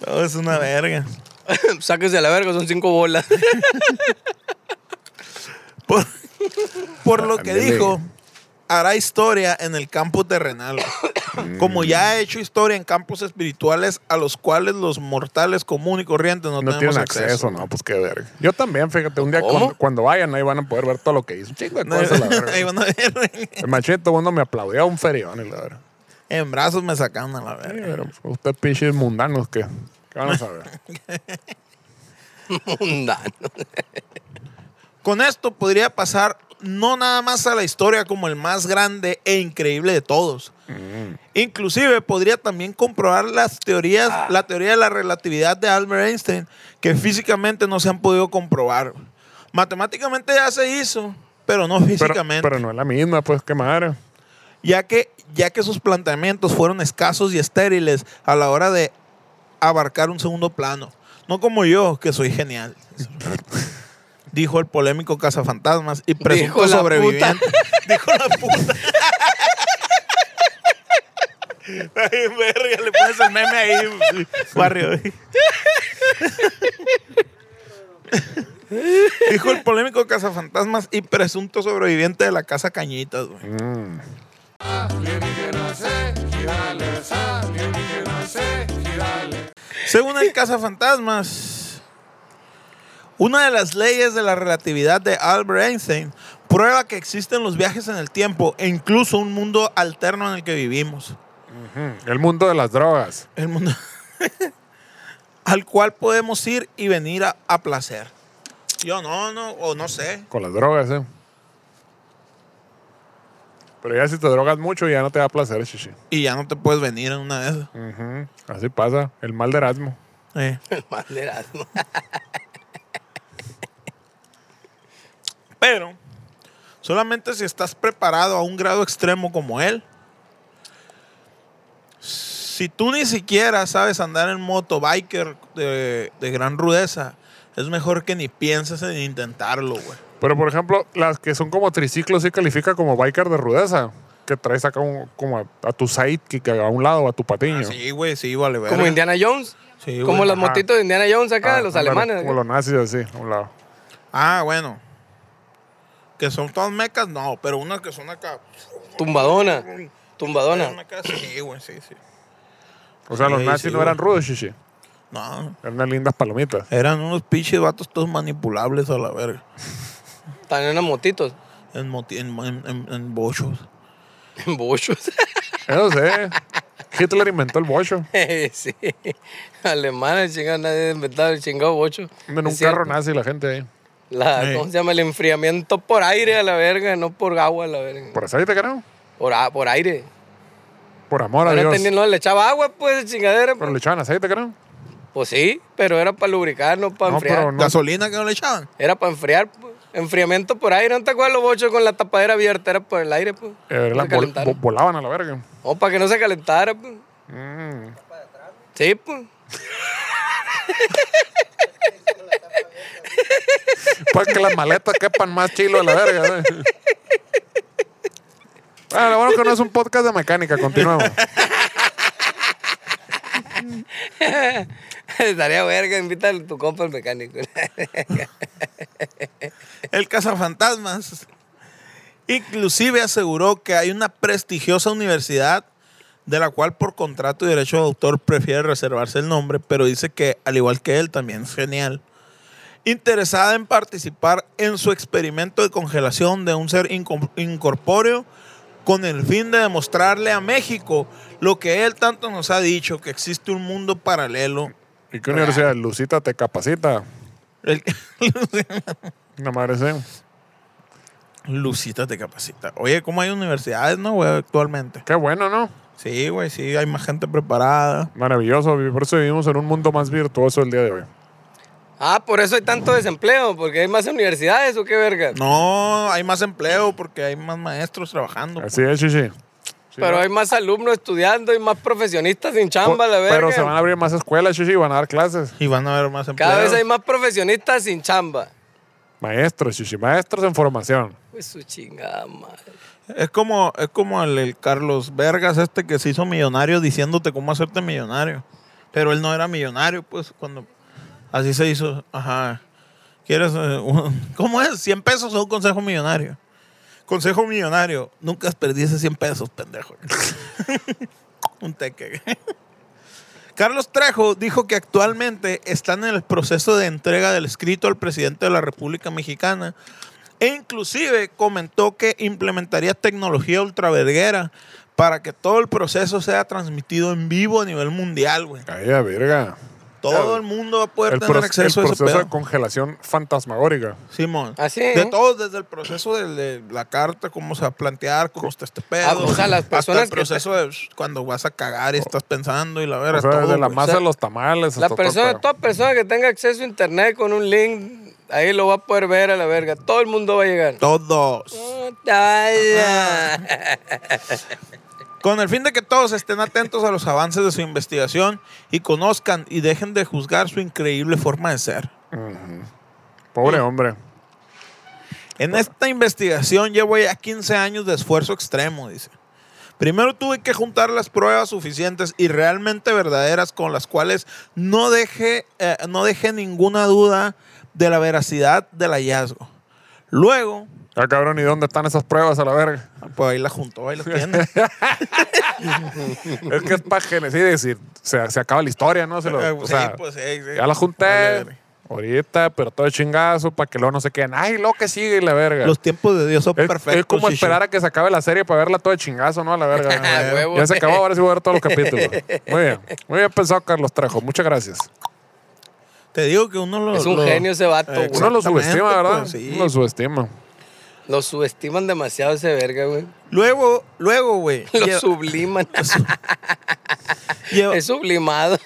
[SPEAKER 2] No, es una verga.
[SPEAKER 3] verga. Sáquese a la verga, son cinco bolas.
[SPEAKER 2] Por, por lo que
[SPEAKER 1] Ándele.
[SPEAKER 2] dijo, hará historia en el campo terrenal.
[SPEAKER 1] Mm.
[SPEAKER 2] Como ya ha hecho historia en campos espirituales a los cuales los mortales común y corrientes no,
[SPEAKER 1] No
[SPEAKER 2] tenemos
[SPEAKER 1] tienen
[SPEAKER 2] acceso.
[SPEAKER 1] acceso, no, pues qué verga. Yo también, fíjate, un día
[SPEAKER 3] ¿Cómo?
[SPEAKER 1] cuando, cuando vayan ahí van a poder ver todo lo que hice. Un chingo de
[SPEAKER 2] No,
[SPEAKER 1] cosas, la verga.
[SPEAKER 2] ahí van a ver.
[SPEAKER 1] El machete, cuando me aplaudió a un ferión, y la verdad.
[SPEAKER 2] En brazos me sacaron a la
[SPEAKER 1] Sí,
[SPEAKER 2] verga.
[SPEAKER 1] pero pues, usted pinches mundanos que, que van a saber.
[SPEAKER 3] Mundano.
[SPEAKER 2] Con esto podría pasar no nada más a la historia como el más grande e increíble de todos. Inclusive podría también comprobar las teorías, la teoría de la relatividad de Albert Einstein, que físicamente no se han podido comprobar. Matemáticamente ya se hizo, pero no
[SPEAKER 1] pero,
[SPEAKER 2] físicamente.
[SPEAKER 1] pero no es la misma, pues qué madre.
[SPEAKER 2] ya que, ya que sus planteamientos fueron escasos y estériles a la hora de abarcar un segundo plano. No como yo, que soy genial. Dijo el polémico cazafantasmas y presunto
[SPEAKER 3] Dijo la
[SPEAKER 2] sobreviviente. Dijo la puta. Ay, verga, le pones el meme ahí, barrio. Dijo el polémico cazafantasmas y presunto sobreviviente de la casa Cañitas, güey. Según el Cazafantasmas, una de las leyes de la relatividad de Albert Einstein prueba que existen los viajes en el tiempo e incluso un mundo alterno en el que vivimos.
[SPEAKER 1] El mundo de las drogas.
[SPEAKER 2] El mundo al cual podemos ir y venir a, a placer. Yo no, no, o no sé.
[SPEAKER 1] Con las drogas, eh. Pero ya si te drogas mucho ya no te da placer, chichi.
[SPEAKER 2] Y ya no te puedes venir en una de esas.
[SPEAKER 1] Ujú. Así pasa. El mal de Erasmo.
[SPEAKER 2] Eh.
[SPEAKER 3] El mal de Erasmo.
[SPEAKER 2] Pero solamente si estás preparado a un grado extremo como él. Si tú ni siquiera sabes andar en moto biker de, de gran rudeza, es mejor que ni pienses en intentarlo, güey.
[SPEAKER 1] Pero por ejemplo, las que son como triciclos sí califica como biker de rudeza. Que traes acá un- como a, a tu sidekick a un lado, a tu patiño.
[SPEAKER 2] Ah, Sí, güey, sí, vale, verga.
[SPEAKER 3] Como Indiana Jones.
[SPEAKER 2] Sí,
[SPEAKER 3] como
[SPEAKER 2] güey.
[SPEAKER 3] las
[SPEAKER 1] ajá.
[SPEAKER 3] motitos de Indiana Jones acá,
[SPEAKER 1] Ah,
[SPEAKER 3] los
[SPEAKER 1] ándale,
[SPEAKER 3] alemanes.
[SPEAKER 1] Como
[SPEAKER 3] acá.
[SPEAKER 1] los nazis así, a un lado.
[SPEAKER 2] Ah, bueno. Que son todas mecas, no, pero unas que son acá.
[SPEAKER 3] Tumbadona.
[SPEAKER 2] Una
[SPEAKER 3] Tumbadona.
[SPEAKER 2] acá, Sí, güey, sí, sí.
[SPEAKER 1] O sea, los
[SPEAKER 2] Sí,
[SPEAKER 1] nazis
[SPEAKER 2] sí,
[SPEAKER 1] no eran
[SPEAKER 2] güey.
[SPEAKER 1] rudos, chichi.
[SPEAKER 2] No,
[SPEAKER 1] Eran unas lindas palomitas.
[SPEAKER 2] eran unos pinches vatos todos manipulables a la verga.
[SPEAKER 3] Están en las motitos.
[SPEAKER 2] En, moti- en, en- en- en bochos.
[SPEAKER 3] En buchos.
[SPEAKER 1] Eso sé. Hitler inventó el bocho.
[SPEAKER 3] sí. Alemanes, chingados, nadie ha inventado el chingado bocho.
[SPEAKER 1] Andan En
[SPEAKER 3] Es
[SPEAKER 1] un
[SPEAKER 3] cierto.
[SPEAKER 1] carro nazi la gente ahí.
[SPEAKER 3] La-
[SPEAKER 2] Sí.
[SPEAKER 3] ¿Cómo se llama? El enfriamiento por aire a la verga, no por agua a la verga.
[SPEAKER 1] Por aceite, creo.
[SPEAKER 3] Por, a- por aire.
[SPEAKER 1] Por amor a
[SPEAKER 3] Ahora
[SPEAKER 1] Dios.
[SPEAKER 3] tenía- no, le echaba agua, pues, chingadera.
[SPEAKER 1] Pero
[SPEAKER 3] Pues,
[SPEAKER 1] le echaban aceite, creo.
[SPEAKER 3] Pues sí, pero era para lubricar, no para
[SPEAKER 1] No,
[SPEAKER 3] enfriar.
[SPEAKER 1] pero no.
[SPEAKER 2] ¿Gasolina que no le echaban?
[SPEAKER 3] Era para enfriar, pues. enfriamiento por aire. ¿No te acuerdas los bochos con la tapadera abierta? Era por el aire, pues.
[SPEAKER 1] Eh,
[SPEAKER 3] Para
[SPEAKER 1] la- vol-
[SPEAKER 3] calentar.
[SPEAKER 1] vo- volaban a la verga.
[SPEAKER 3] O para que no se calentara, pues.
[SPEAKER 1] Mm.
[SPEAKER 3] Sí, pues.
[SPEAKER 1] Para que las maletas quepan más chilo a la verga. ¿sí? Bueno, lo bueno que no es un podcast de mecánica. Continuamos.
[SPEAKER 3] Estaría verga, invita a tu compa al mecánico.
[SPEAKER 2] El cazafantasmas inclusive aseguró que hay una prestigiosa universidad de la cual por contrato y derecho de autor prefiere reservarse el nombre, pero dice que al igual que él también es genial. Interesada en participar en su experimento de congelación de un ser inco- incorpóreo con el fin de demostrarle a México lo que él tanto nos ha dicho, que existe un mundo paralelo.
[SPEAKER 1] ¿Y qué universidad? Lucita te capacita.
[SPEAKER 2] El-
[SPEAKER 1] Una madre sí.
[SPEAKER 2] Lucita te capacita. Oye, ¿cómo hay universidades, no, güey, actualmente?
[SPEAKER 1] Qué bueno, ¿no?
[SPEAKER 2] Sí, güey, sí, hay más gente preparada.
[SPEAKER 1] Maravilloso. Por eso vivimos en un mundo más virtuoso el día de hoy.
[SPEAKER 3] ah, por eso hay tanto desempleo, porque hay más universidades o qué verga.
[SPEAKER 2] No, hay más empleo porque hay más maestros trabajando.
[SPEAKER 1] Así es, chichi.
[SPEAKER 3] Pero hay más alumnos estudiando y más profesionistas sin chamba, la verga.
[SPEAKER 1] Pero se van a abrir más escuelas, chichi, y van a dar clases.
[SPEAKER 2] Y van a haber más empleo.
[SPEAKER 3] Cada vez hay más profesionistas sin chamba.
[SPEAKER 1] Maestros, chichi. Maestros en formación.
[SPEAKER 3] Pues su chingada madre.
[SPEAKER 2] Es como, es como el, el Carlos Vergas este que se hizo millonario diciéndote cómo hacerte millonario. Pero él no era millonario, pues, cuando así se hizo. Ajá. ¿Quieres eh, un- ¿Cómo es? ¿100 pesos o un consejo millonario? Consejo millonario. Nunca perdí ese 100 pesos, pendejo. un teque. Carlos Trejo dijo que actualmente están en el proceso de entrega del escrito al presidente de la República Mexicana E inclusive comentó que implementaría tecnología ultraverguera para que todo el proceso sea transmitido en vivo a nivel mundial, güey.
[SPEAKER 1] Calla, verga.
[SPEAKER 2] Todo el mundo va a poder
[SPEAKER 1] El,
[SPEAKER 2] tener
[SPEAKER 1] pro-
[SPEAKER 2] acceso
[SPEAKER 1] el
[SPEAKER 2] a ese
[SPEAKER 1] proceso de
[SPEAKER 2] pedo.
[SPEAKER 1] congelación fantasmagórica.
[SPEAKER 2] Simón.
[SPEAKER 3] Ah, sí,
[SPEAKER 2] De
[SPEAKER 3] ¿eh?
[SPEAKER 2] todos, desde el proceso de, de la carta, cómo se va a plantear, cómo está este pedo.
[SPEAKER 3] Ah, o sea, las
[SPEAKER 2] hasta
[SPEAKER 3] personas
[SPEAKER 2] el
[SPEAKER 3] que-
[SPEAKER 2] proceso de shh, cuando vas a cagar y estás pensando y la
[SPEAKER 1] O
[SPEAKER 2] verga,
[SPEAKER 1] sea,
[SPEAKER 2] todo.
[SPEAKER 1] desde la
[SPEAKER 2] güey.
[SPEAKER 1] masa
[SPEAKER 3] O sea,
[SPEAKER 1] de los
[SPEAKER 2] Pues
[SPEAKER 1] tamales.
[SPEAKER 3] La
[SPEAKER 1] hasta todo el
[SPEAKER 3] persona,
[SPEAKER 1] pedo.
[SPEAKER 3] toda persona que tenga acceso a internet con un link, ahí lo va a poder ver a la verga. Todo el mundo va a llegar.
[SPEAKER 2] Todos.
[SPEAKER 3] Puta la-
[SPEAKER 2] Con el fin de que todos estén atentos a los avances de su investigación y conozcan y dejen de juzgar su increíble forma de ser.
[SPEAKER 1] Pobre hombre.
[SPEAKER 2] En esta investigación llevo ya 15 años de esfuerzo extremo, dice. Primero tuve que juntar las pruebas suficientes y realmente verdaderas con las cuales no deje, eh, no deje ninguna duda de la veracidad del hallazgo. Luego,
[SPEAKER 1] Ah, cabrón, ¿y dónde están esas pruebas a la verga?
[SPEAKER 2] pues ahí la juntó, ahí la tiene.
[SPEAKER 1] es que es para genocida y decir, se, se acaba la historia, ¿no? Se lo-
[SPEAKER 2] Eh,
[SPEAKER 1] o
[SPEAKER 2] sí,
[SPEAKER 1] sea,
[SPEAKER 2] pues, sí, sí.
[SPEAKER 1] ya la
[SPEAKER 2] Vale,
[SPEAKER 1] junté
[SPEAKER 2] vale.
[SPEAKER 1] ahorita, pero todo chingazo para que luego no se queden. Ay, lo que sigue y la verga.
[SPEAKER 2] Los tiempos de Dios son
[SPEAKER 1] es,
[SPEAKER 2] perfectos.
[SPEAKER 1] es como
[SPEAKER 2] Shishu.
[SPEAKER 1] esperar a que se acabe la serie para verla todo de chingazo, ¿no? A la verga.
[SPEAKER 3] Ah, huevo.
[SPEAKER 1] ya se acabó, ahora sí voy a ver todos los capítulos. Muy bien. Muy bien pensado, Carlos Trejo. Muchas gracias.
[SPEAKER 2] Te digo que uno lo.
[SPEAKER 3] Es un
[SPEAKER 2] lo-
[SPEAKER 3] genio ese vato, güey.
[SPEAKER 1] Uno lo subestima,
[SPEAKER 2] Exactamente,
[SPEAKER 1] ¿verdad?
[SPEAKER 2] pues, sí.
[SPEAKER 1] Uno lo subestima.
[SPEAKER 3] Lo subestiman demasiado ese verga, güey.
[SPEAKER 2] Luego, luego, güey.
[SPEAKER 3] Lo
[SPEAKER 2] lleva-
[SPEAKER 3] subliman.
[SPEAKER 2] lleva-
[SPEAKER 3] es sublimado.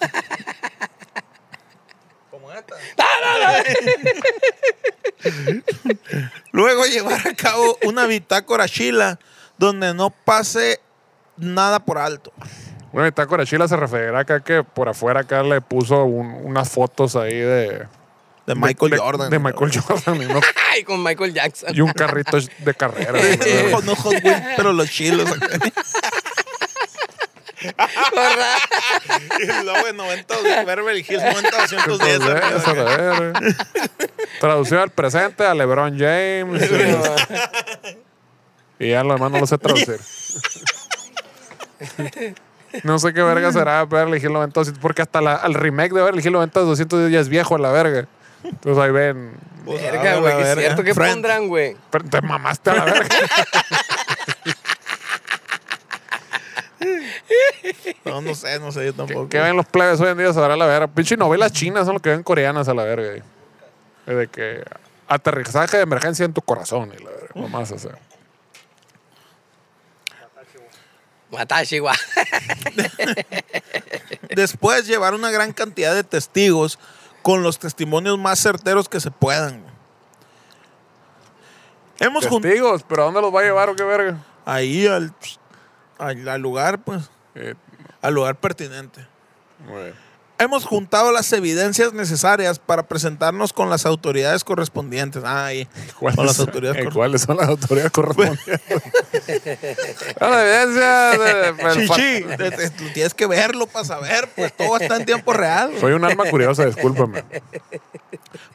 [SPEAKER 2] Como esta. Luego llevar a cabo una bitácora chila donde no pase nada por alto.
[SPEAKER 1] Una bitácora chila se referirá acá que por afuera acá le puso un- unas fotos ahí de...
[SPEAKER 2] De Michael
[SPEAKER 1] de-
[SPEAKER 2] Jordan.
[SPEAKER 1] De Michael Jordan. Y, unos-
[SPEAKER 3] Ay, con Michael Jackson.
[SPEAKER 1] y un carrito de carrera.
[SPEAKER 2] Jordan. no Hot Wheels, pero los chilos.
[SPEAKER 3] ¿Verdad?
[SPEAKER 2] Y luego en 90, Beverly Hills 90,
[SPEAKER 1] Entonces,
[SPEAKER 2] 210,
[SPEAKER 1] a
[SPEAKER 2] amigo.
[SPEAKER 1] la verga. Traducido al presente a LeBron James. Y ya lo demás no lo sé traducir. No sé qué verga será Beverly Hills 92, porque hasta la, al remake de Beverly Hills 90 210 ya es viejo a la verga. Entonces ahí ven,
[SPEAKER 2] Pues, a
[SPEAKER 3] Verga,
[SPEAKER 2] la
[SPEAKER 3] güey. ¿Qué es
[SPEAKER 2] verga.
[SPEAKER 3] cierto que
[SPEAKER 2] Friends.
[SPEAKER 3] pondrán, güey?
[SPEAKER 1] pero te mamaste a la verga.
[SPEAKER 2] No, no sé, no sé, yo tampoco.
[SPEAKER 1] ¿Qué ven los plebes hoy en día? Sabrá la verga. Pinche novelas chinas son lo que ven coreanas a la verga. güey. Es de que aterrizaje de emergencia en tu corazón y la verga. Mamás, o sea.
[SPEAKER 3] Matashi, güey.
[SPEAKER 2] Después llevar una gran cantidad de testigos con los testimonios más certeros que se puedan. güey. Hemos juntado
[SPEAKER 1] Testigos, pero ¿a dónde los va a llevar o qué verga?
[SPEAKER 2] ahí al, al- al lugar, pues,
[SPEAKER 1] Eh,
[SPEAKER 2] al lugar pertinente.
[SPEAKER 1] muy bien.
[SPEAKER 2] Hemos juntado las evidencias necesarias para presentarnos con las autoridades correspondientes. Ah, ahí, con las autoridades
[SPEAKER 1] eh,
[SPEAKER 2] correspondientes.
[SPEAKER 1] ¿Cuáles son las autoridades correspondientes? la evidencia de- de- del
[SPEAKER 2] Chichi,
[SPEAKER 1] fa-
[SPEAKER 2] te- te- eh, tú tienes que verlo para saber, pues todo está en tiempo real. güey.
[SPEAKER 1] Soy un alma curiosa, discúlpame.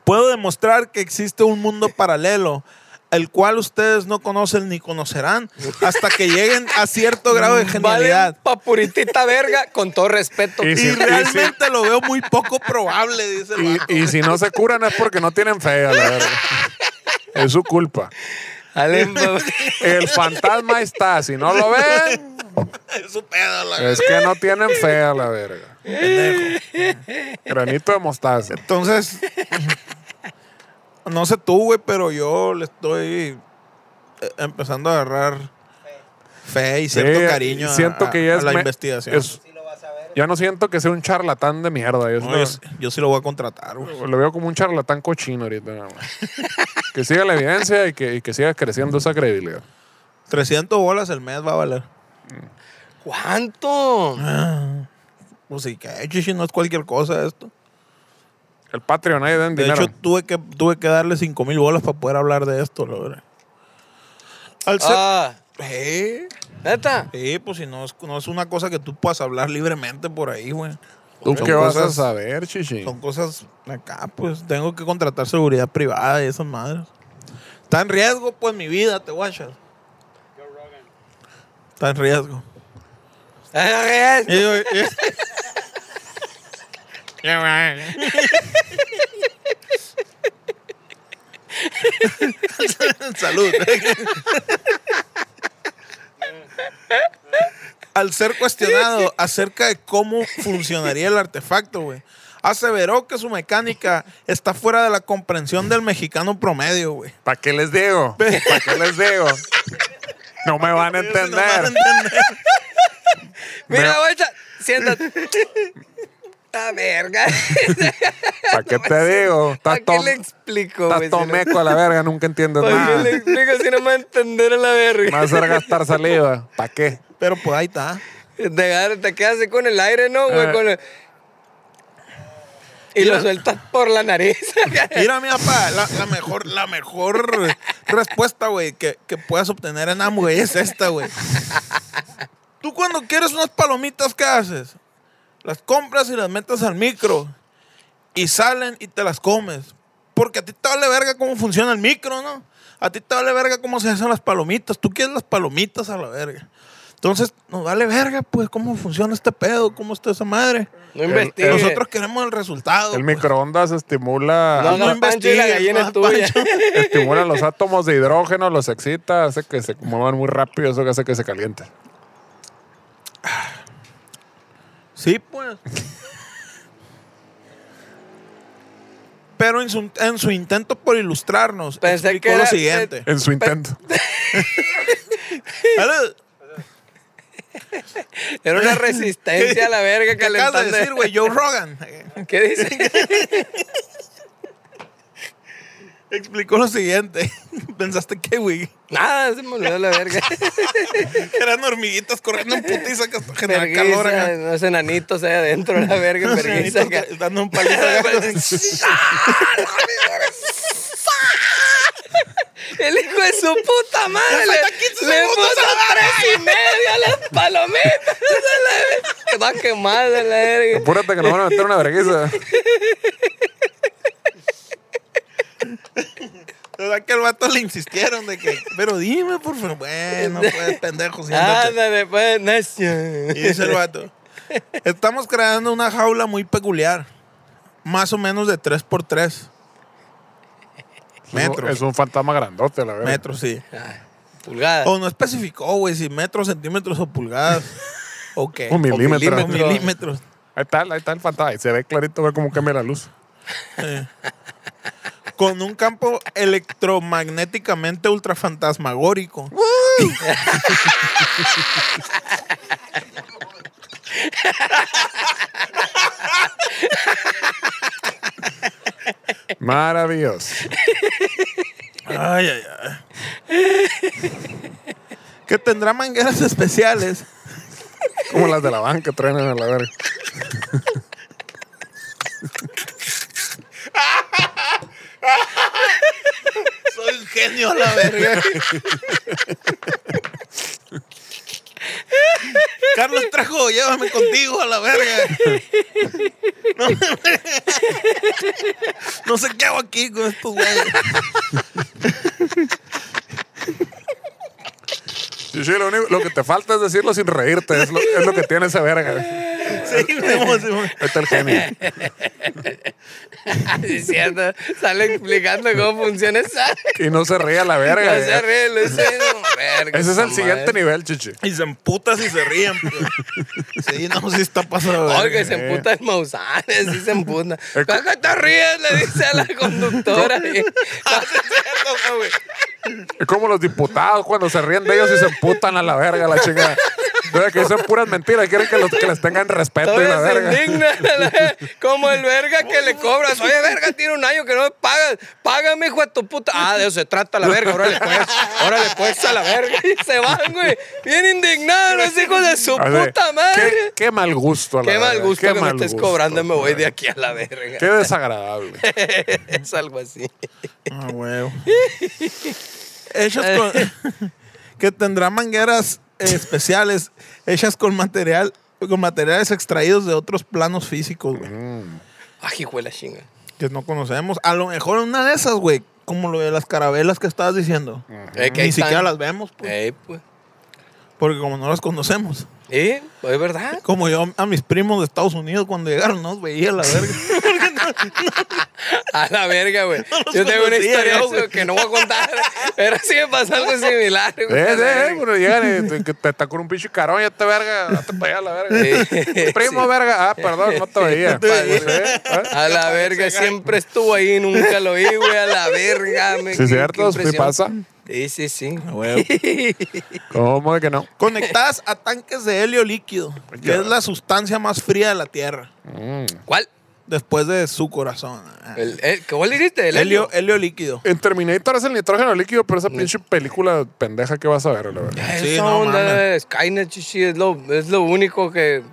[SPEAKER 2] Puedo demostrar que existe un mundo paralelo, el cual ustedes no conocen ni conocerán hasta que lleguen a cierto grado de
[SPEAKER 3] Vale,
[SPEAKER 2] Ah, genialidad.
[SPEAKER 3] papuritita verga, con todo respeto.
[SPEAKER 1] Y
[SPEAKER 2] Y
[SPEAKER 1] sí,
[SPEAKER 2] realmente lo veo muy poco probable, dice el vato.
[SPEAKER 1] Y, y si no se curan es porque no tienen fe, a la verga. Es su culpa.
[SPEAKER 3] Dale, pa-
[SPEAKER 1] El fantasma está. Si no lo ven,
[SPEAKER 2] Es su pedo, la
[SPEAKER 1] es que no tienen fe, a la verga.
[SPEAKER 2] pendejo.
[SPEAKER 1] Granito de mostaza.
[SPEAKER 2] Entonces, no sé tú, güey, pero yo le estoy eh, empezando a agarrar fe y cierto
[SPEAKER 1] Sí,
[SPEAKER 2] cariño a,
[SPEAKER 1] siento que
[SPEAKER 2] a-
[SPEAKER 1] ya
[SPEAKER 2] a
[SPEAKER 1] es
[SPEAKER 2] la
[SPEAKER 1] me-
[SPEAKER 2] investigación.
[SPEAKER 1] es- ya no siento que sea un charlatán de mierda. ya es
[SPEAKER 2] No,
[SPEAKER 1] una-
[SPEAKER 2] yo, sí- yo sí lo voy a contratar, güey.
[SPEAKER 1] Lo veo como un charlatán cochino ahorita. nada más. que siga la evidencia y que, y que siga creciendo esa credibilidad.
[SPEAKER 2] 300 bolas el mes va a valer.
[SPEAKER 3] ¿Cuánto?
[SPEAKER 2] Pues sí, que chichi, no es cualquier cosa esto.
[SPEAKER 1] El Patreon ahí den
[SPEAKER 2] De
[SPEAKER 1] dinero.
[SPEAKER 2] hecho, tuve que, tuve que darle 5 mil bolas para poder hablar de esto, la verdad. Al ser-
[SPEAKER 3] Ah,
[SPEAKER 2] Eh,
[SPEAKER 3] ¿Neta?
[SPEAKER 2] sí, pues si no es, no es una cosa que tú puedas hablar libremente por ahí, güey.
[SPEAKER 1] ¿Tú
[SPEAKER 2] son
[SPEAKER 1] qué vas a
[SPEAKER 2] cosas-
[SPEAKER 1] saber, chichi?
[SPEAKER 2] Son cosas acá, pues tengo que contratar seguridad privada y esas madres. Está en riesgo, pues mi vida, te guachas. Está en riesgo.
[SPEAKER 3] Eh,
[SPEAKER 2] Y yo- y- Salud. Al ser cuestionado acerca de cómo funcionaría el artefacto, güey, aseveró que su mecánica está fuera de la comprensión del mexicano promedio, güey.
[SPEAKER 1] ¿Para qué les digo? ¿Para qué les digo? No me van a
[SPEAKER 2] No van a
[SPEAKER 1] entender.
[SPEAKER 2] entender.
[SPEAKER 3] Mira,
[SPEAKER 1] Mira.
[SPEAKER 3] guacha, siéntate. La Ah, verga.
[SPEAKER 1] ¿Para qué te digo? Estás
[SPEAKER 3] ¿Para qué le
[SPEAKER 1] tom-
[SPEAKER 3] explico, güey?
[SPEAKER 1] estás
[SPEAKER 3] si no-
[SPEAKER 1] tomeco a la verga, nunca entiendes
[SPEAKER 3] ¿Para qué
[SPEAKER 1] nada.
[SPEAKER 3] le explico si no me va a entender a la
[SPEAKER 1] Me
[SPEAKER 3] verga?
[SPEAKER 1] vas a hacer gastar saliva. ¿Para qué?
[SPEAKER 2] Pero pues ahí está.
[SPEAKER 3] Te, agarra- te quedas así con el aire, ¿no, güey?
[SPEAKER 1] Eh.
[SPEAKER 3] Con el- Y lo sueltas por la nariz.
[SPEAKER 2] Mira, mi papá, la, la mejor, la mejor respuesta, güey, que, que puedas obtener en Amway es esta, güey. Tú cuando quieres unas palomitas, ¿qué haces? Las compras y las metes al micro y salen y te las comes. Porque a ti te vale verga cómo funciona el micro, ¿no? A ti te vale verga cómo se hacen las palomitas. Tú quieres las palomitas a la verga. Entonces, nos vale verga, pues, cómo funciona este pedo, cómo está esa madre.
[SPEAKER 3] No investigues.
[SPEAKER 2] Nosotros queremos el resultado.
[SPEAKER 1] El
[SPEAKER 2] pues.
[SPEAKER 1] microondas estimula,
[SPEAKER 3] No, no, Pancho, y la
[SPEAKER 2] investigues,
[SPEAKER 3] gallina
[SPEAKER 2] no,
[SPEAKER 3] es tuya.
[SPEAKER 2] Pancho.
[SPEAKER 1] estimula los átomos de hidrógeno, los excita, hace que se muevan muy rápido, eso que hace que se caliente.
[SPEAKER 2] Sí, pues. Pero en su, en su intento por ilustrarnos,
[SPEAKER 3] Pensé
[SPEAKER 2] explicó
[SPEAKER 3] que era-
[SPEAKER 2] lo siguiente.
[SPEAKER 1] En su intento.
[SPEAKER 2] Ahora,
[SPEAKER 3] Era una resistencia a la verga
[SPEAKER 2] ¿Qué acabas de
[SPEAKER 3] calentando.
[SPEAKER 2] decir, güey? Joe Rogan.
[SPEAKER 3] ¿Qué dice?
[SPEAKER 2] Explicó lo siguiente. Pensaste que, güey,
[SPEAKER 3] Nada, se me olvidó la verga.
[SPEAKER 2] eran hormiguitas corriendo en putiza que hasta generar calor.
[SPEAKER 3] Verguiza,
[SPEAKER 2] acá.
[SPEAKER 3] unos enanitos ahí adentro, la verga,
[SPEAKER 2] Unos
[SPEAKER 3] verguiza.
[SPEAKER 2] enanitos
[SPEAKER 3] acá.
[SPEAKER 2] que- Dando un palito. acá.
[SPEAKER 3] El hijo de su puta
[SPEAKER 2] Le
[SPEAKER 3] madre. Le,
[SPEAKER 2] faltan 15
[SPEAKER 3] le
[SPEAKER 2] segundos
[SPEAKER 3] puso
[SPEAKER 2] a la
[SPEAKER 3] tres y medio a las palomitas. Se va quemada la verga.
[SPEAKER 1] Apúrate que nos van a meter una vergüenza.
[SPEAKER 2] O sea, que al vato le insistieron de que, pero dime, por favor. Bueno, pues, pendejo, siéntate.
[SPEAKER 3] Ándale, pues, necio.
[SPEAKER 2] Y dice el vato, estamos creando una jaula muy peculiar, más o menos de 3x3
[SPEAKER 1] Metro.
[SPEAKER 2] metros.
[SPEAKER 1] Es un fantasma grandote, la verdad.
[SPEAKER 2] Metros, sí.
[SPEAKER 3] Pulgada.
[SPEAKER 1] Oh.
[SPEAKER 2] O no especificó, güey, si metros, centímetros o pulgadas. ¿O qué?
[SPEAKER 1] Un milímetro.
[SPEAKER 2] O
[SPEAKER 3] milímetro.
[SPEAKER 2] milímetros.
[SPEAKER 1] Ahí está, ahí está el fantasma. Ahí se ve clarito, ve cómo cambia la luz.
[SPEAKER 2] Con un campo electromagnéticamente ultrafantasmagórico.
[SPEAKER 1] Maravilloso.
[SPEAKER 2] Ay, ay, ay. Que tendrá mangueras especiales
[SPEAKER 1] Como las de la banca trenan a la verga.
[SPEAKER 2] Soy un genio a la verga. Carlos Trejo, llévame contigo a la verga. No, me- no sé qué hago aquí con estos güeyes.
[SPEAKER 1] Sí, sí, lo único, lo que te falta es decirlo sin reírte. Es lo, es lo que tiene esa verga. Ahí
[SPEAKER 2] Sí, Simón, Simón.
[SPEAKER 1] está el genio.
[SPEAKER 3] Diciendo, sale explicando cómo funciona esa.
[SPEAKER 1] Y no se ríe a la
[SPEAKER 3] No
[SPEAKER 1] verga.
[SPEAKER 3] se ríe, lo dice, no, verga,
[SPEAKER 1] Ese es el
[SPEAKER 3] esta
[SPEAKER 1] siguiente
[SPEAKER 3] madre.
[SPEAKER 1] nivel, chichi.
[SPEAKER 2] Y se emputas y se ríen. pues. Sí, no, sí está pasando. de
[SPEAKER 3] Oiga,
[SPEAKER 2] verga.
[SPEAKER 3] se emputa el Mausanes, sí se emputa. ¿Por qué te ríes? Le dice a la conductora.
[SPEAKER 2] Ah, sí, es cierto, no, güey.
[SPEAKER 1] Es como los diputados cuando se ríen de ellos y se emputan a la verga, la chingada. Entonces, que son puras mentiras. Quieren que, los, que les tengan respeto y la
[SPEAKER 3] Todavía se
[SPEAKER 1] verga.
[SPEAKER 3] indigna, la- como el verga que le cobras. Oye, verga, tiene un año que no me pagas. Págame, hijo de tu puta. Ah, de eso se trata la verga. Órale, pues. Órale, pues, a la verga. Y se van, güey. Bien indignados los hijos de su
[SPEAKER 1] Así,
[SPEAKER 3] puta
[SPEAKER 1] Qué,
[SPEAKER 3] madre.
[SPEAKER 1] qué mal gusto, a la
[SPEAKER 3] Qué, mal
[SPEAKER 1] verga,
[SPEAKER 3] gusto
[SPEAKER 1] qué
[SPEAKER 3] que me
[SPEAKER 1] mal
[SPEAKER 3] estés
[SPEAKER 1] gusto.
[SPEAKER 3] cobrando. Me voy de aquí a la verga.
[SPEAKER 1] Qué desagradable. Eh,
[SPEAKER 3] es algo así.
[SPEAKER 2] Ah, huevo. Hechas con. que tendrá mangueras eh, especiales hechas con material. Con materiales extraídos de otros planos físicos, güey.
[SPEAKER 3] Ay, hijo de la chinga.
[SPEAKER 2] Que no conocemos. A lo mejor una de esas, güey. Como lo de las carabelas que estabas diciendo.
[SPEAKER 3] Eh, que ahí
[SPEAKER 2] Ni
[SPEAKER 3] están.
[SPEAKER 2] siquiera las vemos, pues,
[SPEAKER 3] Eh, pues.
[SPEAKER 2] Porque como no las conocemos.
[SPEAKER 3] Eh, pues es verdad.
[SPEAKER 2] Como yo a mis primos de Estados Unidos cuando llegaron, no los veía la verga. Porque no
[SPEAKER 3] A la verga, güey.
[SPEAKER 2] los
[SPEAKER 3] Yo tengo una
[SPEAKER 2] conocía,
[SPEAKER 3] historia
[SPEAKER 2] yo,
[SPEAKER 3] de eso
[SPEAKER 2] güey.
[SPEAKER 3] que no voy a contar, pero sí me pasó algo similar, güey.
[SPEAKER 1] Eh,
[SPEAKER 3] A la
[SPEAKER 1] eh,
[SPEAKER 3] verga.
[SPEAKER 1] bueno, llegan y te, te atacó un pinche carón, ya te verga, date para allá la verga.
[SPEAKER 3] Sí.
[SPEAKER 1] Primo, verga. Ah, perdón, no te veía.
[SPEAKER 2] te veía.
[SPEAKER 1] Pues, eh, ah.
[SPEAKER 3] A la verga, siempre estuvo ahí, nunca lo vi, güey, a la verga. me-
[SPEAKER 1] Sí,
[SPEAKER 3] qué-
[SPEAKER 1] cierto,
[SPEAKER 3] qué
[SPEAKER 1] sí
[SPEAKER 3] impresión.
[SPEAKER 1] pasa.
[SPEAKER 3] Sí, sí, sí.
[SPEAKER 1] ¿Cómo de que no?
[SPEAKER 2] Conectadas a tanques de helio líquido, que es la sustancia más fría de la Tierra,
[SPEAKER 3] ¿Cuál?
[SPEAKER 2] después de su corazón.
[SPEAKER 3] El, el- ¿Cuál dijiste? El helio.
[SPEAKER 2] helio, helio líquido.
[SPEAKER 1] En Terminator es el nitrógeno líquido, pero esa pinche película pendeja que vas a ver, la verdad.
[SPEAKER 3] Ah, Esa
[SPEAKER 2] Sí, no
[SPEAKER 3] onda
[SPEAKER 2] mames.
[SPEAKER 3] de Skynet, chichi, es lo, es lo único que...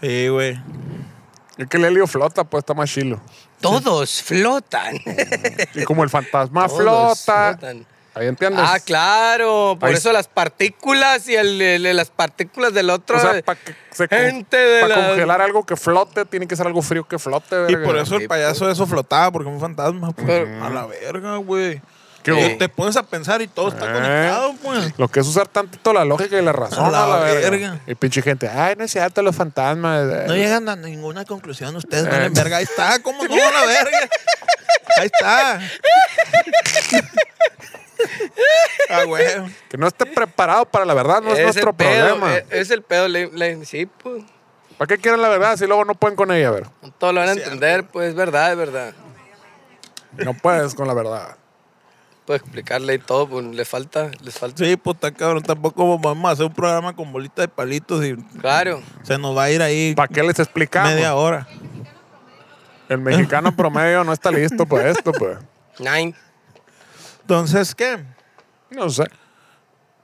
[SPEAKER 2] Sí, güey.
[SPEAKER 1] Es que el helio flota, pues está más chilo.
[SPEAKER 3] Todos flotan.
[SPEAKER 1] Y como el fantasma
[SPEAKER 3] Todos
[SPEAKER 1] flota.
[SPEAKER 3] flotan.
[SPEAKER 1] Ahí entiendes.
[SPEAKER 3] Ah, claro. Por
[SPEAKER 1] Ahí
[SPEAKER 3] eso las partículas y el, el- las partículas del otro.
[SPEAKER 1] O sea, para que se con-
[SPEAKER 3] gente de
[SPEAKER 1] pa'
[SPEAKER 3] la-
[SPEAKER 1] congelar algo que flote, tiene que ser algo frío que flote,
[SPEAKER 2] Y
[SPEAKER 1] verga.
[SPEAKER 2] por eso
[SPEAKER 3] Sí,
[SPEAKER 2] el payaso eso flotaba, porque un fantasma. pues.
[SPEAKER 3] Pero-
[SPEAKER 2] a la verga, güey.
[SPEAKER 1] ¿Qué
[SPEAKER 2] Y
[SPEAKER 1] hubo?
[SPEAKER 2] Te pones a pensar y todo está
[SPEAKER 1] Eh.
[SPEAKER 2] conectado, pues.
[SPEAKER 1] Lo que es usar tantito la lógica y la razón.
[SPEAKER 2] A la
[SPEAKER 1] a la verga.
[SPEAKER 2] verga.
[SPEAKER 1] Y pinche gente, ay, no es cierto, los fantasmas. eh".
[SPEAKER 2] No llegan a ninguna conclusión ustedes, valen verga. Ahí está, ¿cómo no? A la verga. Ahí está. ah, güey.
[SPEAKER 1] Que no esté preparado para la verdad, no es,
[SPEAKER 3] el
[SPEAKER 1] nuestro
[SPEAKER 3] pedo,
[SPEAKER 1] problema.
[SPEAKER 3] e-
[SPEAKER 2] eh,
[SPEAKER 3] Es el pedo. le- le- sí, pues.
[SPEAKER 1] ¿Para qué quieren la verdad si luego no pueden con ella? A ver,
[SPEAKER 3] no Todos lo van a
[SPEAKER 2] Cierto.
[SPEAKER 3] entender, pues, es verdad, es verdad.
[SPEAKER 1] no puedes con la verdad.
[SPEAKER 3] Puedo explicarle y todo, pues, le falta, les falta.
[SPEAKER 2] Sí, puta cabrón, tampoco vamos a hacer un programa con bolitas de palitos y
[SPEAKER 3] Claro.
[SPEAKER 2] se nos va a ir ahí
[SPEAKER 1] ¿Para qué les explicamos?
[SPEAKER 2] media hora.
[SPEAKER 1] El mexicano promedio no está listo para esto, pues.
[SPEAKER 3] Nine.
[SPEAKER 2] Entonces, ¿qué?
[SPEAKER 1] No sé.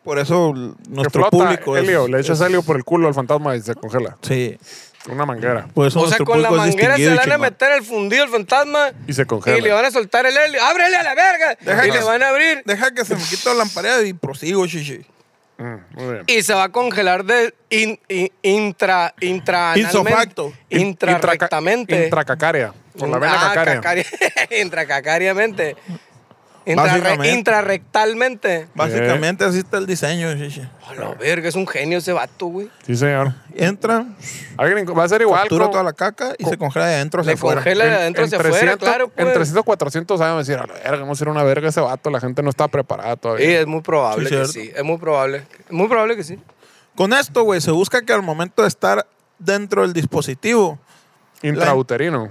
[SPEAKER 2] Por eso l- nuestro
[SPEAKER 1] que flota,
[SPEAKER 2] público es-
[SPEAKER 1] helio, le echas helio por el culo al fantasma y se congela.
[SPEAKER 2] Sí.
[SPEAKER 1] Una manguera.
[SPEAKER 2] Por eso
[SPEAKER 3] O sea,
[SPEAKER 2] nuestro
[SPEAKER 3] con la
[SPEAKER 2] público es
[SPEAKER 3] manguera se le
[SPEAKER 2] distinguido y
[SPEAKER 3] van a
[SPEAKER 2] chingón.
[SPEAKER 3] meter el fundido, el fantasma.
[SPEAKER 1] Y se congela.
[SPEAKER 3] Y le van a soltar el helio. ¡Ábrele a la verga!
[SPEAKER 2] Deja
[SPEAKER 3] y
[SPEAKER 2] que-
[SPEAKER 3] le van a abrir.
[SPEAKER 2] Deja que se me quite la lampareda y prosigo, chichi.
[SPEAKER 1] Mm, muy bien.
[SPEAKER 3] Y se va a congelar de in- in- intra, intra
[SPEAKER 2] Isofacto.
[SPEAKER 3] Intrarrectamente.
[SPEAKER 1] Intracacaria. Por la vena
[SPEAKER 3] Ah,
[SPEAKER 1] cacaria.
[SPEAKER 3] cacaria- intracacariamente. Intrarre-
[SPEAKER 2] Básicamente.
[SPEAKER 3] intrarrectalmente.
[SPEAKER 2] Básicamente así está el diseño, chichi.
[SPEAKER 3] A la verga, es un genio ese vato, güey.
[SPEAKER 1] Sí, señor.
[SPEAKER 2] Entra,
[SPEAKER 1] Alguien va a ser igual.
[SPEAKER 2] captura
[SPEAKER 1] como-
[SPEAKER 2] toda la caca y se congela de adentro hacia
[SPEAKER 3] Le
[SPEAKER 2] afuera.
[SPEAKER 3] congela de adentro hacia afuera,
[SPEAKER 1] 300,
[SPEAKER 3] claro,
[SPEAKER 1] En
[SPEAKER 3] pues.
[SPEAKER 1] 300, 400 años decir, a la verga, vamos a ser una verga ese vato. La gente no está preparada
[SPEAKER 3] Sí,
[SPEAKER 1] todavía.
[SPEAKER 3] es muy probable
[SPEAKER 2] Sí,
[SPEAKER 3] que
[SPEAKER 2] cierto.
[SPEAKER 3] sí. Es muy probable. Es muy probable que sí.
[SPEAKER 2] Con esto, güey, se busca que al momento de estar dentro del dispositivo,
[SPEAKER 1] Intrauterino.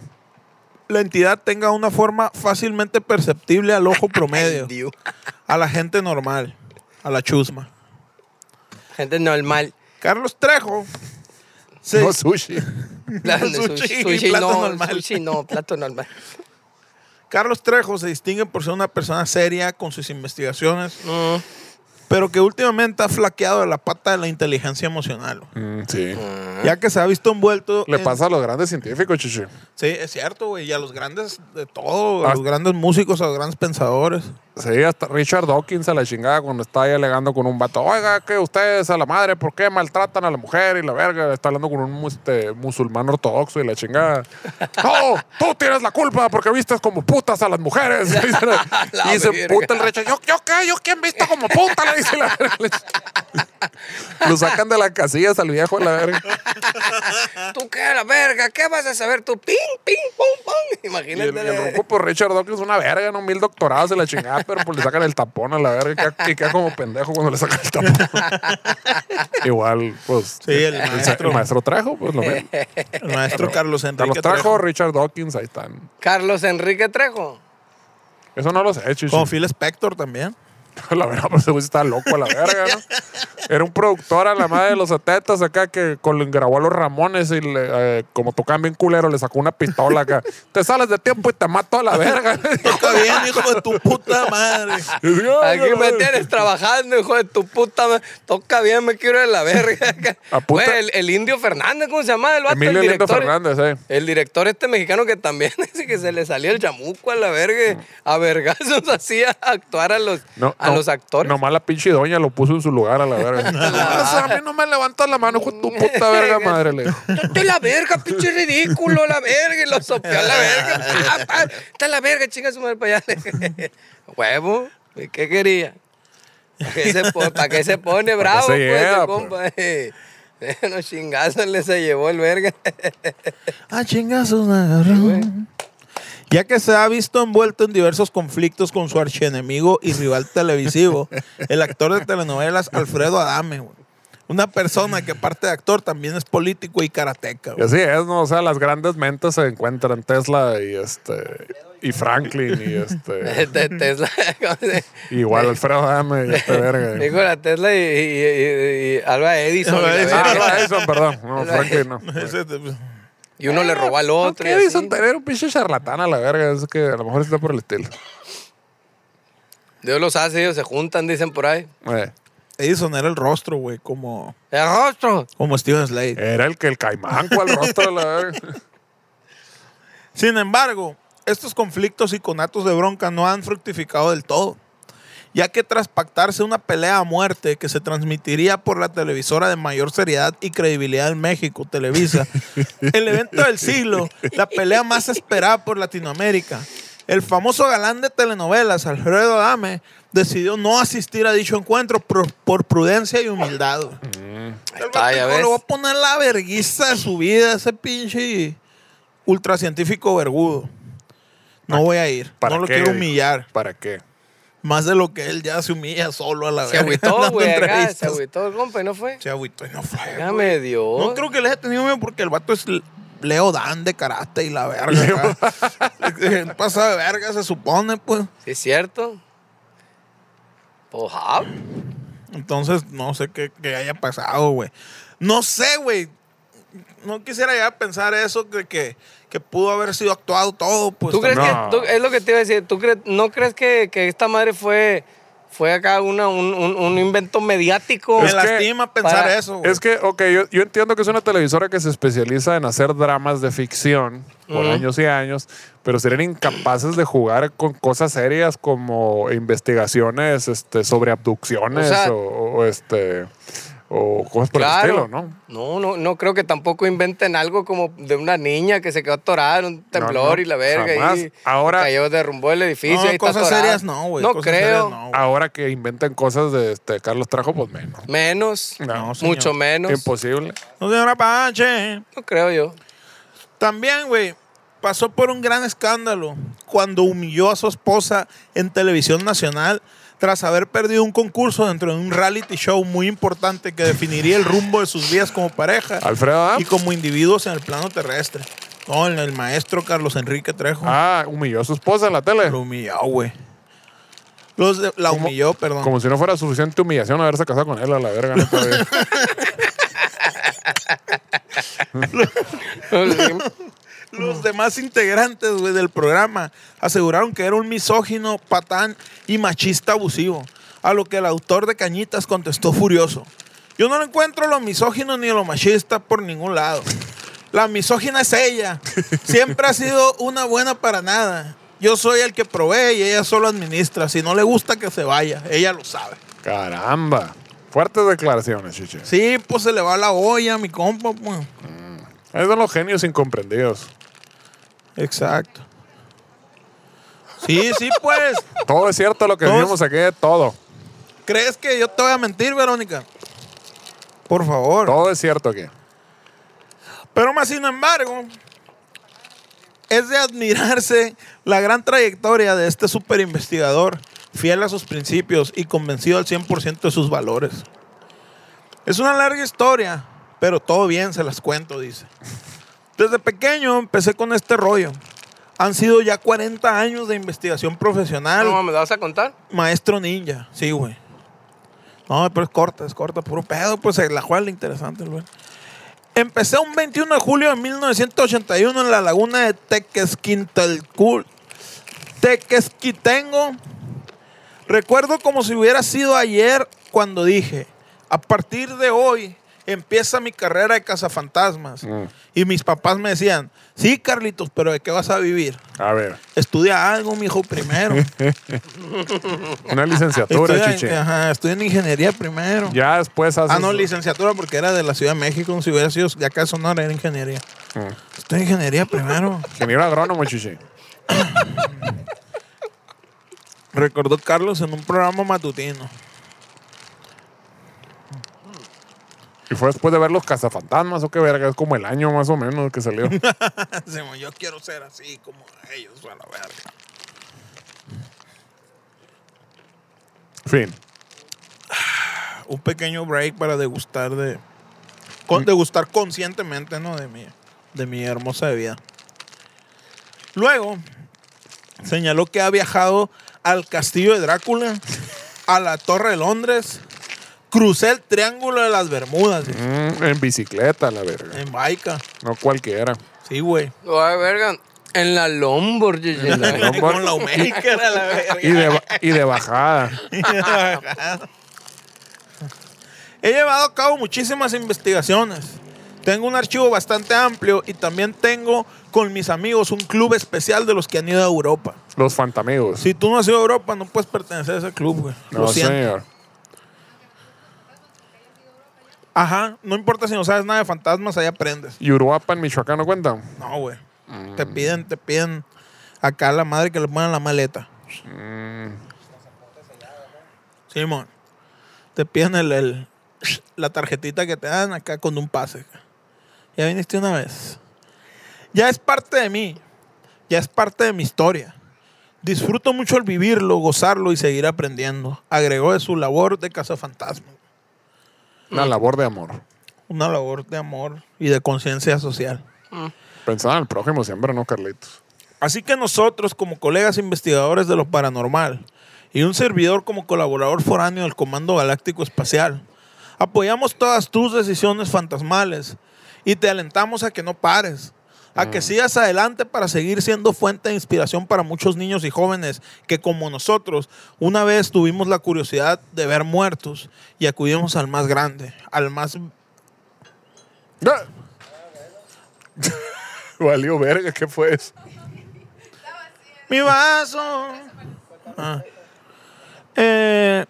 [SPEAKER 2] la entidad tenga una forma fácilmente perceptible al ojo promedio,
[SPEAKER 3] Dios.
[SPEAKER 2] a la gente normal, a la chusma.
[SPEAKER 3] Gente normal.
[SPEAKER 2] Carlos Trejo se,
[SPEAKER 1] No sushi.
[SPEAKER 3] La-
[SPEAKER 2] Sushi, plato
[SPEAKER 3] no,
[SPEAKER 2] normal.
[SPEAKER 3] sushi no, plato normal.
[SPEAKER 2] Carlos Trejo se distingue por ser una persona seria con sus investigaciones, pero que últimamente ha flaqueado de la pata de la inteligencia emocional, güey,
[SPEAKER 1] Mm, sí.
[SPEAKER 2] ya que se ha visto envuelto.
[SPEAKER 1] Le
[SPEAKER 2] en-
[SPEAKER 1] pasa a los grandes científicos, chichi.
[SPEAKER 2] Sí, es cierto, güey, y a los grandes de todo,
[SPEAKER 1] Ah.
[SPEAKER 2] a los grandes músicos, a los grandes pensadores.
[SPEAKER 1] Sí, hasta Richard Dawkins a la chingada cuando está ahí alegando con un vato. Oiga, que ustedes a la madre, ¿por qué maltratan a la mujer y la verga? Está hablando con un mu- este, musulmán ortodoxo y la chingada. ¡No! ¡Tú tienes la culpa porque vistes como putas a las mujeres!
[SPEAKER 3] La
[SPEAKER 1] y se
[SPEAKER 3] verga.
[SPEAKER 1] puta el Richard. ¿Yo, ¿Yo qué? ¿Yo quién visto como puta? Le dice la verga. Lo sacan de las casillas al viejo de la verga.
[SPEAKER 3] ¿Tú qué, la verga? ¿Qué vas a saber tú? Ping, ping, pum, pum.
[SPEAKER 1] Y el,
[SPEAKER 3] Imagínate.
[SPEAKER 1] y el ruco, pues Richard Dawkins es una verga, no mil doctorados de la chingada, pero pues le sacan el tapón a la verga y queda, y queda como pendejo cuando le sacan el tapón. Igual, pues.
[SPEAKER 2] Sí, el
[SPEAKER 1] sa-
[SPEAKER 2] maestro.
[SPEAKER 1] el maestro trajo, pues lo mismo.
[SPEAKER 2] El maestro Carlos Enrique
[SPEAKER 1] Carlos trajo,
[SPEAKER 2] Trejo,
[SPEAKER 1] Richard Dawkins, ahí están.
[SPEAKER 3] Carlos Enrique Trejo.
[SPEAKER 1] Eso no lo sé, chichi.
[SPEAKER 2] con Phil Spector también.
[SPEAKER 1] La verdad, pues ese güey estaba loco a la verga, ¿no? Era un productor a la madre de los setentas acá que con, grabó a los Ramones y le, eh, como tocaban bien culero, le sacó una pistola acá. Te sales de tiempo y te mato a la verga.
[SPEAKER 2] Toca bien, hijo de tu puta madre.
[SPEAKER 1] Y digo, "Ay,
[SPEAKER 3] Aquí
[SPEAKER 1] la
[SPEAKER 3] me
[SPEAKER 1] verga".
[SPEAKER 3] tienes trabajando, hijo de tu puta madre. Toca bien, me quiero de la verga.
[SPEAKER 1] A puta-
[SPEAKER 3] Güey, el, el indio Fernández, ¿cómo se llama? El vato,
[SPEAKER 1] Emilio
[SPEAKER 3] el
[SPEAKER 1] Lindo
[SPEAKER 3] director.
[SPEAKER 1] Fernández, eh.
[SPEAKER 3] El director este mexicano que también dice que se le salió el chamuco a la verga. A vergazos hacía actuar a los,
[SPEAKER 1] No,
[SPEAKER 3] a
[SPEAKER 1] no,
[SPEAKER 3] los actores.
[SPEAKER 1] Nomás la pinche doña lo puso en su lugar a la verga. Nomás a mí no me levantas la mano con tu puta verga madre, le dijo.
[SPEAKER 3] Está la verga, pinche ridículo, la verga. Y lo sopeó a la verga. Ah, pa, Está la verga, chinga su madre para allá. Huevo, ¿y ¿qué quería? ¿Para qué se, po- pa' qué se pone bravo,
[SPEAKER 1] se
[SPEAKER 3] pues,
[SPEAKER 1] lleva,
[SPEAKER 3] ese
[SPEAKER 1] pues?
[SPEAKER 3] compa? eh? Los chingazos le se llevó el verga.
[SPEAKER 2] Ah, chingazos, me agarró. Ya que se ha visto envuelto en diversos conflictos con su archienemigo y rival televisivo, el actor de telenovelas Alfredo Adame, güey. Una persona que aparte de actor también es político y karateca,
[SPEAKER 1] Y
[SPEAKER 2] güey.
[SPEAKER 1] así es, ¿no? O sea, las grandes mentes se encuentran Tesla y este y Franklin y este
[SPEAKER 3] Este Tesla. ¿cómo se-
[SPEAKER 1] igual Alfredo Adame y este verga.
[SPEAKER 3] Dijo la Tesla y, y- y- y Alba Edison. y, la
[SPEAKER 2] Alba Edison.
[SPEAKER 1] Ah,
[SPEAKER 3] verga.
[SPEAKER 1] no, Edison, perdón. No, Franklin no.
[SPEAKER 2] Ese te-
[SPEAKER 3] Y uno le robó al otro.
[SPEAKER 1] ¿Qué
[SPEAKER 3] y así.
[SPEAKER 1] Edison tener un pinche charlatán a la verga? Es que a lo mejor está por el estilo.
[SPEAKER 3] Dios los hace, ellos se juntan, dicen por ahí.
[SPEAKER 1] Eh,
[SPEAKER 2] Edison era el rostro, güey, como,
[SPEAKER 3] ¡El rostro!
[SPEAKER 2] como Steven Slade.
[SPEAKER 1] Era el que el caimán cual rostro de la verga.
[SPEAKER 2] Sin embargo, estos conflictos y conatos de bronca no han fructificado del todo, ya que tras pactarse una pelea a muerte que se transmitiría por la televisora de mayor seriedad y credibilidad en México, Televisa, el evento del siglo, la pelea más esperada por Latinoamérica, el famoso galán de telenovelas, Alfredo Adame, decidió no asistir a dicho encuentro por, por prudencia y humildad. güey.
[SPEAKER 3] Mm. Ahí está, ya
[SPEAKER 2] No,
[SPEAKER 3] ves.
[SPEAKER 2] Le voy a poner la verguiza de su vida a ese pinche ultracientífico vergudo. No voy a ir.
[SPEAKER 1] ¿Para
[SPEAKER 2] No lo
[SPEAKER 1] qué,
[SPEAKER 2] quiero
[SPEAKER 1] dijo?
[SPEAKER 2] humillar.
[SPEAKER 1] ¿Para qué?
[SPEAKER 2] Más de lo que él ya se humilla solo a la
[SPEAKER 3] Se
[SPEAKER 2] verga.
[SPEAKER 3] agüitó,
[SPEAKER 2] dando
[SPEAKER 3] güey, acá, se
[SPEAKER 2] entrevistas.
[SPEAKER 3] agüitó el compa y no fue.
[SPEAKER 2] Se agüitó y no fue.
[SPEAKER 3] Ya
[SPEAKER 2] güey.
[SPEAKER 3] me dio.
[SPEAKER 2] No creo que le haya tenido miedo porque el vato es Leo Dan de karate y la verga. acá. Pasa de verga, se supone, pues.
[SPEAKER 3] Sí, es cierto. Pues, ah,
[SPEAKER 2] Entonces, no sé qué, qué haya pasado, güey. No sé, güey. No quisiera ya pensar eso, que, que, que pudo haber sido actuado todo, pues.
[SPEAKER 3] ¿Tú crees
[SPEAKER 2] también.
[SPEAKER 1] no.
[SPEAKER 3] que, tú- es lo que te iba a decir, ¿tú crees, no crees que, que esta madre fue, fue acá una, un, un- un invento mediático?
[SPEAKER 2] Me
[SPEAKER 1] Es que-
[SPEAKER 2] lastima pensar
[SPEAKER 3] para-
[SPEAKER 2] eso, güey.
[SPEAKER 1] Es que, ok, yo, yo entiendo que es una televisora que se especializa en hacer dramas de ficción por
[SPEAKER 3] Ujú.
[SPEAKER 1] años y años, pero serían incapaces de jugar con cosas serias como investigaciones este, sobre abducciones o,
[SPEAKER 3] O sea-
[SPEAKER 1] o, este o cosas por el estilo, ¿no?
[SPEAKER 3] No, no, no creo que tampoco inventen algo como de una niña que se quedó atorada en un temblor
[SPEAKER 1] no,
[SPEAKER 3] y la verga
[SPEAKER 1] jamás.
[SPEAKER 3] y
[SPEAKER 1] Ahora-
[SPEAKER 3] cayó, derrumbó el edificio.
[SPEAKER 2] No,
[SPEAKER 3] ahí está
[SPEAKER 2] cosas
[SPEAKER 3] atorada.
[SPEAKER 2] serias no, güey.
[SPEAKER 3] No
[SPEAKER 2] Cosas serias
[SPEAKER 3] creo. Ah,
[SPEAKER 2] no, güey.
[SPEAKER 1] Ahora que inventan cosas de este, Carlos Trajo, pues menos.
[SPEAKER 3] Menos,
[SPEAKER 1] No,
[SPEAKER 2] señor.
[SPEAKER 3] mucho menos.
[SPEAKER 1] Imposible.
[SPEAKER 2] No, señora Pache.
[SPEAKER 3] No creo yo.
[SPEAKER 2] También, güey, pasó por un gran escándalo cuando humilló a su esposa en televisión nacional tras haber perdido un concurso dentro de un reality show muy importante que definiría el rumbo de sus vidas como pareja
[SPEAKER 1] Alfredo Adame.
[SPEAKER 2] y como individuos en el plano terrestre. No, el, el maestro Carlos Enrique Trejo
[SPEAKER 1] Ah, humilló a su esposa en la tele.
[SPEAKER 2] lo humilló, güey. Los de- La
[SPEAKER 1] Como-
[SPEAKER 2] humilló, perdón.
[SPEAKER 1] Como si no fuera suficiente humillación haberse casado con él a la verga. ¿no? Todavía.
[SPEAKER 2] Los demás integrantes güey, del programa aseguraron que era un misógino, patán y machista abusivo, a lo que el autor de Cañitas contestó furioso. Yo no le encuentro lo misógino ni lo machista por ningún lado. La misógina es ella. Siempre ha sido una buena para nada. Yo soy el que provee y ella solo administra. Si no le gusta que se vaya, ella lo sabe.
[SPEAKER 1] Caramba. Fuertes declaraciones, chiche.
[SPEAKER 2] Sí, pues se le va la olla a mi compa. pues.
[SPEAKER 1] Esos son los genios incomprendidos.
[SPEAKER 2] Exacto. Sí, sí, pues.
[SPEAKER 1] Todo es cierto lo que
[SPEAKER 2] Todos-
[SPEAKER 1] vivimos aquí, todo.
[SPEAKER 2] ¿Crees que yo te voy a mentir, Verónica? Por favor.
[SPEAKER 1] Todo es cierto aquí.
[SPEAKER 2] Pero más sin embargo, es de admirarse la gran trayectoria de este super investigador, fiel a sus principios y convencido al 100% de sus valores. Es una larga historia, pero todo bien, se las cuento, dice. Desde pequeño empecé con este rollo. Han sido ya 40 años de investigación profesional.
[SPEAKER 3] No, ¿Me lo vas a contar?
[SPEAKER 2] Maestro Ninja, sí, güey. No, pero es corta, es corta, puro pedo, pues se la juega lo interesante, güey. Empecé un 21 de julio de 1981 en la laguna de Tequesquintelcul. Tequesquitengo. Recuerdo como si hubiera sido ayer cuando dije, a partir de hoy empieza mi carrera de cazafantasmas. Y mis papás me decían, sí, Carlitos, pero ¿de qué vas a vivir?
[SPEAKER 1] A ver,
[SPEAKER 2] Estudia algo, mijo, primero.
[SPEAKER 1] una licenciatura,
[SPEAKER 2] Estudié
[SPEAKER 1] chiche.
[SPEAKER 2] ajá, estudié en ingeniería primero.
[SPEAKER 1] Ya después haces...
[SPEAKER 2] Ah, no, licenciatura porque era de la Ciudad de México. Si hubiera sido de acá de Sonora, era ingeniería. Estudié ingeniería primero.
[SPEAKER 1] Mm. Ingeniero agrónomo, chiche.
[SPEAKER 2] Recordó Carlos en un programa matutino.
[SPEAKER 1] Y fue después de ver los cazafantasmas o qué verga, es como el año más o menos que salió.
[SPEAKER 2] Simón, yo quiero ser así como ellos, a la verga.
[SPEAKER 1] fin.
[SPEAKER 2] Un pequeño break para degustar de. con- degustar conscientemente, ¿no? De mi, de mi hermosa bebida. Luego, señaló que ha viajado al castillo de Drácula, a la Torre de Londres, crucé el Triángulo de las Bermudas, güey,
[SPEAKER 1] Mm, en bicicleta, la verga.
[SPEAKER 2] en Baica.
[SPEAKER 1] No cualquiera.
[SPEAKER 2] Sí, güey.
[SPEAKER 3] Ay, "Ah, verga. En la Lomborghini.
[SPEAKER 1] No, por-
[SPEAKER 2] Con la Omega, a la verga.
[SPEAKER 1] Y de, ba- y de bajada.
[SPEAKER 2] He llevado a cabo muchísimas investigaciones. Tengo un archivo bastante amplio y también tengo con mis amigos un club especial de los que han ido a Europa.
[SPEAKER 1] Los fantamigos.
[SPEAKER 2] Si tú no has ido a Europa, no puedes pertenecer a ese club, güey.
[SPEAKER 1] no,
[SPEAKER 2] Lo siento.
[SPEAKER 1] señor.
[SPEAKER 2] Ajá, no importa si no sabes nada de fantasmas, ahí aprendes.
[SPEAKER 1] Y Uruapan, Michoacán, ¿no cuenta?
[SPEAKER 2] No, güey. Te piden, te piden acá a la madre que le pongan la maleta. Simón. Te piden el, el- la tarjetita que te dan acá con un pase. Ya viniste una vez. Ya es parte de mí. Ya es parte de mi historia. Disfruto mucho el vivirlo, gozarlo y seguir aprendiendo. Agregó de su labor de cazafantasma.
[SPEAKER 1] Una labor de amor.
[SPEAKER 2] Una labor de amor y de conciencia social.
[SPEAKER 1] Pensaba en el prójimo siempre, ¿no, Carlitos?
[SPEAKER 2] Así que nosotros, como colegas investigadores de lo paranormal y un servidor como colaborador foráneo del Comando Galáctico Espacial, apoyamos todas tus decisiones fantasmales y te alentamos a que no pares, a que sigas adelante para seguir siendo fuente de inspiración para muchos niños y jóvenes que, como nosotros, una vez tuvimos la curiosidad de ver muertos y acudimos al más grande, al más
[SPEAKER 1] Ah. Valió verga, ¿qué fue eso?
[SPEAKER 2] Mi vaso. Ah. Eh,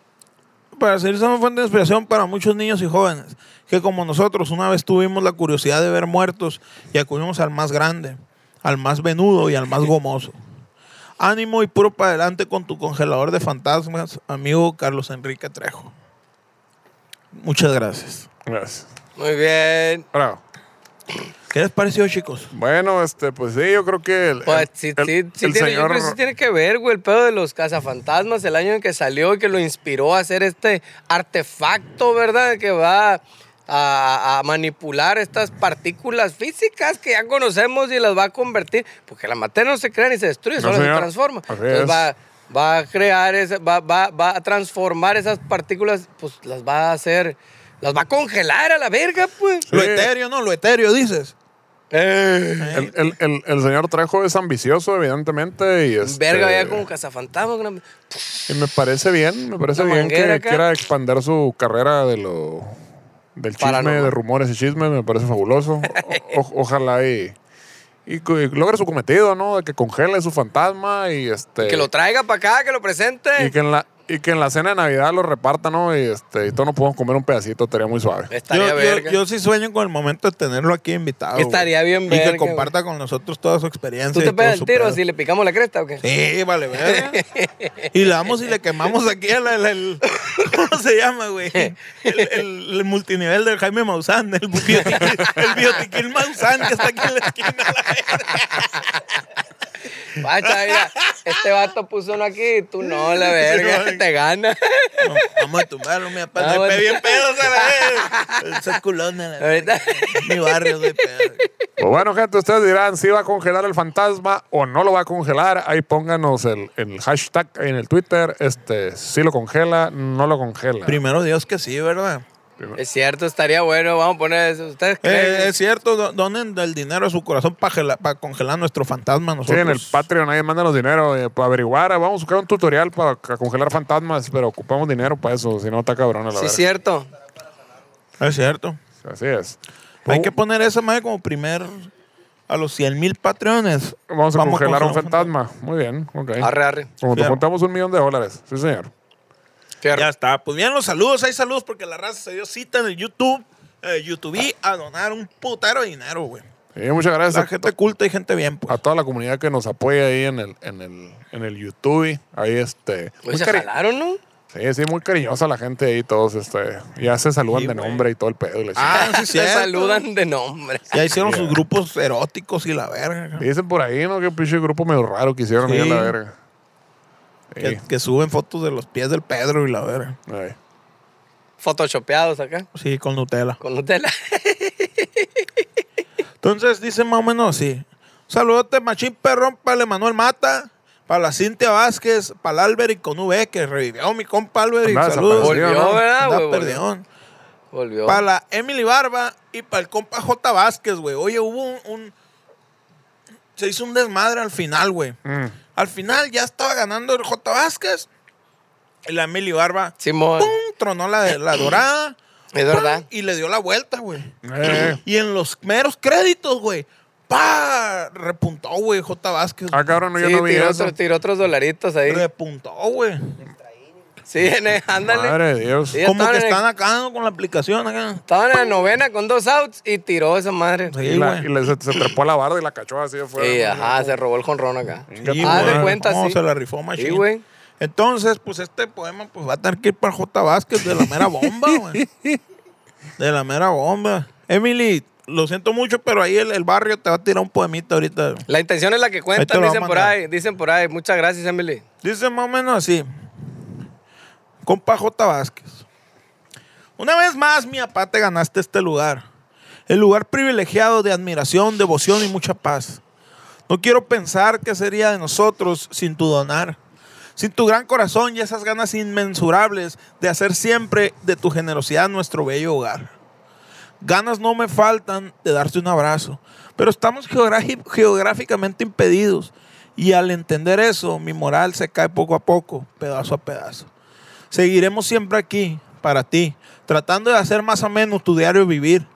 [SPEAKER 2] para seguir siendo fuente de inspiración para muchos niños y jóvenes, que como nosotros una vez tuvimos la curiosidad de ver muertos y acudimos al más grande, al más venudo y al más gomoso. Ánimo y puro para adelante con tu congelador de fantasmas, amigo Carlos Enrique Trejo. Muchas gracias.
[SPEAKER 1] Gracias.
[SPEAKER 3] Muy bien.
[SPEAKER 1] Bravo.
[SPEAKER 2] ¿Qué les pareció, chicos?
[SPEAKER 1] Bueno, este, pues sí, yo creo que el,
[SPEAKER 3] Pues
[SPEAKER 1] el-
[SPEAKER 3] sí,
[SPEAKER 1] el-
[SPEAKER 3] sí, sí
[SPEAKER 1] el
[SPEAKER 3] tiene, yo
[SPEAKER 1] señor
[SPEAKER 3] creo que sí tiene que ver, güey, el pedo de los cazafantasmas, el año en que salió y que lo inspiró a hacer este artefacto, ¿verdad? Que va a, a manipular estas partículas físicas que ya conocemos y las va a convertir, porque la materia no se crea ni se destruye,
[SPEAKER 1] No,
[SPEAKER 3] solo
[SPEAKER 1] señor.
[SPEAKER 3] se transforma.
[SPEAKER 1] Así
[SPEAKER 3] Entonces
[SPEAKER 1] es.
[SPEAKER 3] va, va a crear, esa- va, va- va a transformar esas partículas, pues las va a hacer, las va a congelar a la verga, pues.
[SPEAKER 2] Lo etéreo, ¿no? Lo etéreo, dices.
[SPEAKER 3] Eh,
[SPEAKER 1] el, el- el- el señor Trejo es ambicioso, evidentemente, y este,
[SPEAKER 3] Verga, ya como cazafantasmas. gran-
[SPEAKER 1] y me parece bien, me parece
[SPEAKER 3] Una
[SPEAKER 1] bien que
[SPEAKER 3] manguera acá.
[SPEAKER 1] quiera expandir su carrera de lo del chisme,
[SPEAKER 3] Paranormal.
[SPEAKER 1] de rumores y chismes, me parece fabuloso. O- o- ojalá y, y cu- y logre su cometido, ¿no? De que congele su fantasma y este
[SPEAKER 3] Que lo traiga para acá, que lo presente.
[SPEAKER 1] y que en la y que en la cena de Navidad lo reparta, ¿no? Y este, y todos nos podemos comer un pedacito, estaría muy suave.
[SPEAKER 3] Estaría
[SPEAKER 2] yo, yo-
[SPEAKER 3] verga.
[SPEAKER 2] yo sí sueño con el momento de tenerlo aquí invitado. güey.
[SPEAKER 3] Estaría bien
[SPEAKER 2] Y
[SPEAKER 3] verga,
[SPEAKER 2] que comparta con nosotros toda su experiencia.
[SPEAKER 3] ¿Tú
[SPEAKER 2] y
[SPEAKER 3] te
[SPEAKER 2] todo
[SPEAKER 3] pegas el
[SPEAKER 2] su
[SPEAKER 3] tiro
[SPEAKER 2] pedo.
[SPEAKER 3] si le picamos la cresta o qué?
[SPEAKER 2] Sí, vale, verga. y le damos y le quemamos aquí al... al- al- ¿Cómo se llama, güey? El, el- el multinivel del Jaime Maussan, el biotiquín, el biotiquín Maussan que está aquí en la esquina.
[SPEAKER 3] Guacha, mira, este vato puso uno aquí y tú no, la verga,
[SPEAKER 2] Sí, no,
[SPEAKER 3] te gana.
[SPEAKER 2] No, vamos a tumbarlo, mi papá.
[SPEAKER 3] Ah,
[SPEAKER 2] No,
[SPEAKER 3] bueno.
[SPEAKER 2] bien pedos a la vez. Esa culona. la
[SPEAKER 3] Ahorita.
[SPEAKER 2] verga. Mi barrio, güey, pedo.
[SPEAKER 1] Pues bueno, gente, ustedes dirán si va a congelar el fantasma o no lo va a congelar. Ahí pónganos el, el hashtag en el Twitter. Este, si lo congela, no lo congela.
[SPEAKER 2] Primero Dios que sí, ¿verdad?
[SPEAKER 3] Es cierto, estaría bueno, vamos a poner eso. ¿Ustedes
[SPEAKER 2] Eh,
[SPEAKER 3] creen?
[SPEAKER 2] es cierto, do- donen el dinero a su corazón para congelar nuestro fantasma.
[SPEAKER 1] Sí,
[SPEAKER 2] Nosotros.
[SPEAKER 1] en el Patreon ahí mándanos dinero eh, para averiguar. Ah, Vamos a buscar un tutorial para ca- congelar fantasmas, pero ocupamos dinero para eso. Si no, está cabrón a la
[SPEAKER 3] sí,
[SPEAKER 1] verga.
[SPEAKER 3] cierto.
[SPEAKER 2] Es cierto.
[SPEAKER 1] Así es. Oh. Uh,
[SPEAKER 2] Hay que poner esa madre como primer a los 100 mil patreones.
[SPEAKER 1] Vamos a congelar un
[SPEAKER 2] fantasma.
[SPEAKER 1] fantasma. Muy bien, ok.
[SPEAKER 3] Arre, arre.
[SPEAKER 1] Como te
[SPEAKER 2] Fierro.
[SPEAKER 1] juntamos un millón de dólares. Sí, señor.
[SPEAKER 3] Fierro.
[SPEAKER 2] Ya está. Pues bien, los saludos. Hay saludos porque la raza se dio cita en el YouTube, eh, YouTube a donar un putero de dinero, güey.
[SPEAKER 1] Y muchas
[SPEAKER 2] La
[SPEAKER 1] gracias.
[SPEAKER 2] gente culta y gente
[SPEAKER 1] a
[SPEAKER 2] bien, pues.
[SPEAKER 1] toda la comunidad que nos apoya ahí en el, en el, en el YouTube. Ahí este. muy
[SPEAKER 3] Pues se
[SPEAKER 1] cari-
[SPEAKER 3] jalaron, ¿no?
[SPEAKER 1] Sí, sí, muy cariñosa la gente ahí, todos, este, ya se saludan
[SPEAKER 2] Sí,
[SPEAKER 1] de
[SPEAKER 2] güey.
[SPEAKER 1] nombre y todo el pedo. y la chingada.
[SPEAKER 2] Ah, sí,
[SPEAKER 3] Se
[SPEAKER 2] cierto.
[SPEAKER 3] saludan de nombre.
[SPEAKER 2] Ya hicieron sus grupos eróticos y la verga.
[SPEAKER 1] Dicen por ahí, ¿no? Que pinche grupo medio raro que hicieron ahí a
[SPEAKER 2] Sí.
[SPEAKER 1] la verga. Sí.
[SPEAKER 2] Que, que suben fotos de los pies del Pedro y la verga.
[SPEAKER 1] Ay.
[SPEAKER 3] Photoshopeados acá,
[SPEAKER 2] Sí, con Nutella.
[SPEAKER 3] con Nutella.
[SPEAKER 2] Entonces dice más o menos así. Saludote, Machín Perrón, para el Emanuel Mata, para la Cintia Vázquez, para el Alberic con V, que revivió mi compa Alberic.
[SPEAKER 1] Andaba
[SPEAKER 2] Saludos.
[SPEAKER 1] desaparecido,
[SPEAKER 3] Volvió,
[SPEAKER 1] ¿no?
[SPEAKER 3] ¿verdad,
[SPEAKER 2] Andaba
[SPEAKER 3] güey? Volvió.
[SPEAKER 2] perdión.
[SPEAKER 3] Volvió.
[SPEAKER 2] Para la Emily Barba y para el compa J. Vázquez, güey. Oye, hubo un, un- Se hizo un desmadre al final, güey.
[SPEAKER 1] Mm.
[SPEAKER 2] Al final ya estaba ganando el J. Vázquez. Y la Emily Barba,
[SPEAKER 3] Simón.
[SPEAKER 2] ¡pum! Tronó la, de- la dorada.
[SPEAKER 3] Es verdad.
[SPEAKER 2] ¡pum! Y le dio la vuelta, güey.
[SPEAKER 1] Eh,
[SPEAKER 2] Y en los meros créditos, güey. ¡Pa! Repuntó, güey, J. Vázquez.
[SPEAKER 1] ah, cabrón, no, yo
[SPEAKER 3] Sí,
[SPEAKER 1] no vi
[SPEAKER 3] tiró,
[SPEAKER 1] eso.
[SPEAKER 3] otro- tiró otros dolaritos ahí.
[SPEAKER 2] Repuntó, güey.
[SPEAKER 3] Sí, en el- ándale.
[SPEAKER 1] Madre de Dios.
[SPEAKER 3] Sí,
[SPEAKER 2] Como
[SPEAKER 3] estaban
[SPEAKER 2] que
[SPEAKER 3] en el-
[SPEAKER 2] están acá ¿no? con la aplicación acá.
[SPEAKER 3] Estaban en la novena con dos outs y tiró esa madre. Sí,
[SPEAKER 1] Y,
[SPEAKER 2] Sí,
[SPEAKER 1] la-
[SPEAKER 2] güey.
[SPEAKER 1] y le- se, se trepó a la barda y la cachó así afuera.
[SPEAKER 3] ajá, se robó el jonrón acá.
[SPEAKER 1] Venga,
[SPEAKER 2] Sí,
[SPEAKER 1] tu
[SPEAKER 3] ah,
[SPEAKER 2] güey.
[SPEAKER 3] de
[SPEAKER 1] madre.
[SPEAKER 3] cuenta,
[SPEAKER 2] No,
[SPEAKER 3] sí.
[SPEAKER 2] se la rifó machín.
[SPEAKER 3] Sí, güey.
[SPEAKER 2] Entonces, pues este poema pues va a tener que ir para J. Vázquez de la mera bomba, güey. De la mera bomba. Emily, lo siento mucho, pero ahí el, el barrio te va a tirar un poemita ahorita.
[SPEAKER 3] La intención es la que
[SPEAKER 2] Ahí te
[SPEAKER 3] cuenta,
[SPEAKER 2] lo va a
[SPEAKER 3] dicen por
[SPEAKER 2] mandar.
[SPEAKER 3] ahí. Dicen por ahí. Muchas gracias, Emily.
[SPEAKER 2] Dice más o menos así. Compa J. Vázquez. Una vez más, mi papá, te ganaste este lugar. El lugar privilegiado de admiración, devoción y mucha paz. No quiero pensar qué sería de nosotros sin tu donar. Sin tu gran corazón y esas ganas inmensurables de hacer siempre de tu generosidad nuestro bello hogar. Ganas no me faltan de darte un abrazo, pero estamos geografi- geográficamente impedidos y al entender eso mi moral se cae poco a poco, pedazo a pedazo. Seguiremos siempre aquí, para ti, tratando de hacer más ameno tu diario vivir.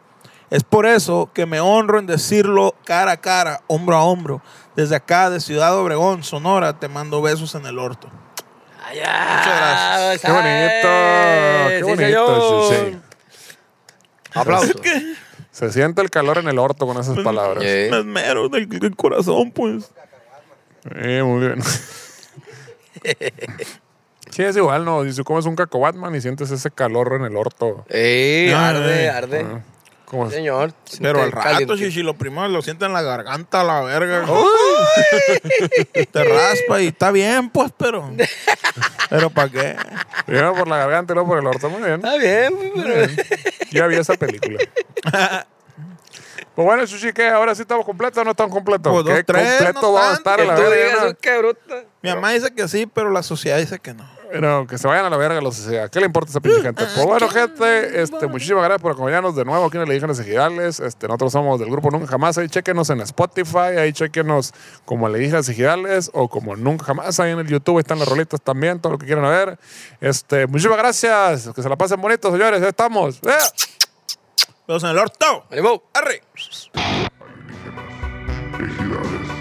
[SPEAKER 2] Es por eso que me honro en decirlo cara a cara, hombro a hombro. Desde acá, de Ciudad Obregón, Sonora, te mando besos en el orto.
[SPEAKER 3] Ay, ah,
[SPEAKER 2] gracias.
[SPEAKER 1] Qué bonito, qué
[SPEAKER 3] sí,
[SPEAKER 1] bonito. sí,
[SPEAKER 3] señor.
[SPEAKER 1] sí.
[SPEAKER 3] Aplausos.
[SPEAKER 1] Se siente el calor en el orto con esas palabras.
[SPEAKER 3] Yeah. ¿Eh?
[SPEAKER 2] Me esmero del, del corazón, pues.
[SPEAKER 1] Eh, muy bien. sí, es igual, ¿no? Si tú comes un caco Batman y sientes ese calor en el orto.
[SPEAKER 3] Ey,
[SPEAKER 2] Ah,
[SPEAKER 3] arde,
[SPEAKER 2] eh.
[SPEAKER 3] arde.
[SPEAKER 1] Ah, como-
[SPEAKER 3] Señor.
[SPEAKER 2] Pero al
[SPEAKER 3] siente
[SPEAKER 2] rato,
[SPEAKER 3] caliente.
[SPEAKER 2] chichi, lo primero lo siente en la garganta, la verga. Te raspa y está bien, pues, pero. Pero ¿para qué?
[SPEAKER 1] Primero por la garganta y luego por el orto. Muy bien.
[SPEAKER 3] Está bien, pues, pero...
[SPEAKER 1] Ya vi esa película. Pues bueno, Sushi, ¿qué? ¿Ahora sí estamos completos o no estamos completos?
[SPEAKER 2] Pues dos,
[SPEAKER 1] ¿Qué
[SPEAKER 2] tres,
[SPEAKER 1] completo
[SPEAKER 2] no
[SPEAKER 1] va a
[SPEAKER 2] tanto.
[SPEAKER 1] estar a
[SPEAKER 3] Que
[SPEAKER 1] la
[SPEAKER 3] tú
[SPEAKER 1] verga?
[SPEAKER 3] digas,
[SPEAKER 1] no?
[SPEAKER 3] "Uh, qué bruta.
[SPEAKER 2] Mi mamá dice que sí, pero la sociedad dice que no.
[SPEAKER 1] Pero que se vayan a la verga los CCA. ¿Qué le importa a esa pinche gente? Pues bueno, gente, este, muchísimas gracias por acompañarnos de nuevo aquí en el Indígenas Ejidales. Este, nosotros somos del grupo Nunca Jamás. Ahí chequenos en Spotify, ahí chequenos como el Indígenas Ejidales o como Nunca Jamás. Ahí en el YouTube están las rolitas también, todo lo que quieran ver. Este, muchísimas gracias. Que se la pasen bonito, señores. Ya estamos. ¡Eh!
[SPEAKER 2] Pero en el orto.
[SPEAKER 3] Ánimo.
[SPEAKER 2] Arre.
[SPEAKER 4] Ejidales.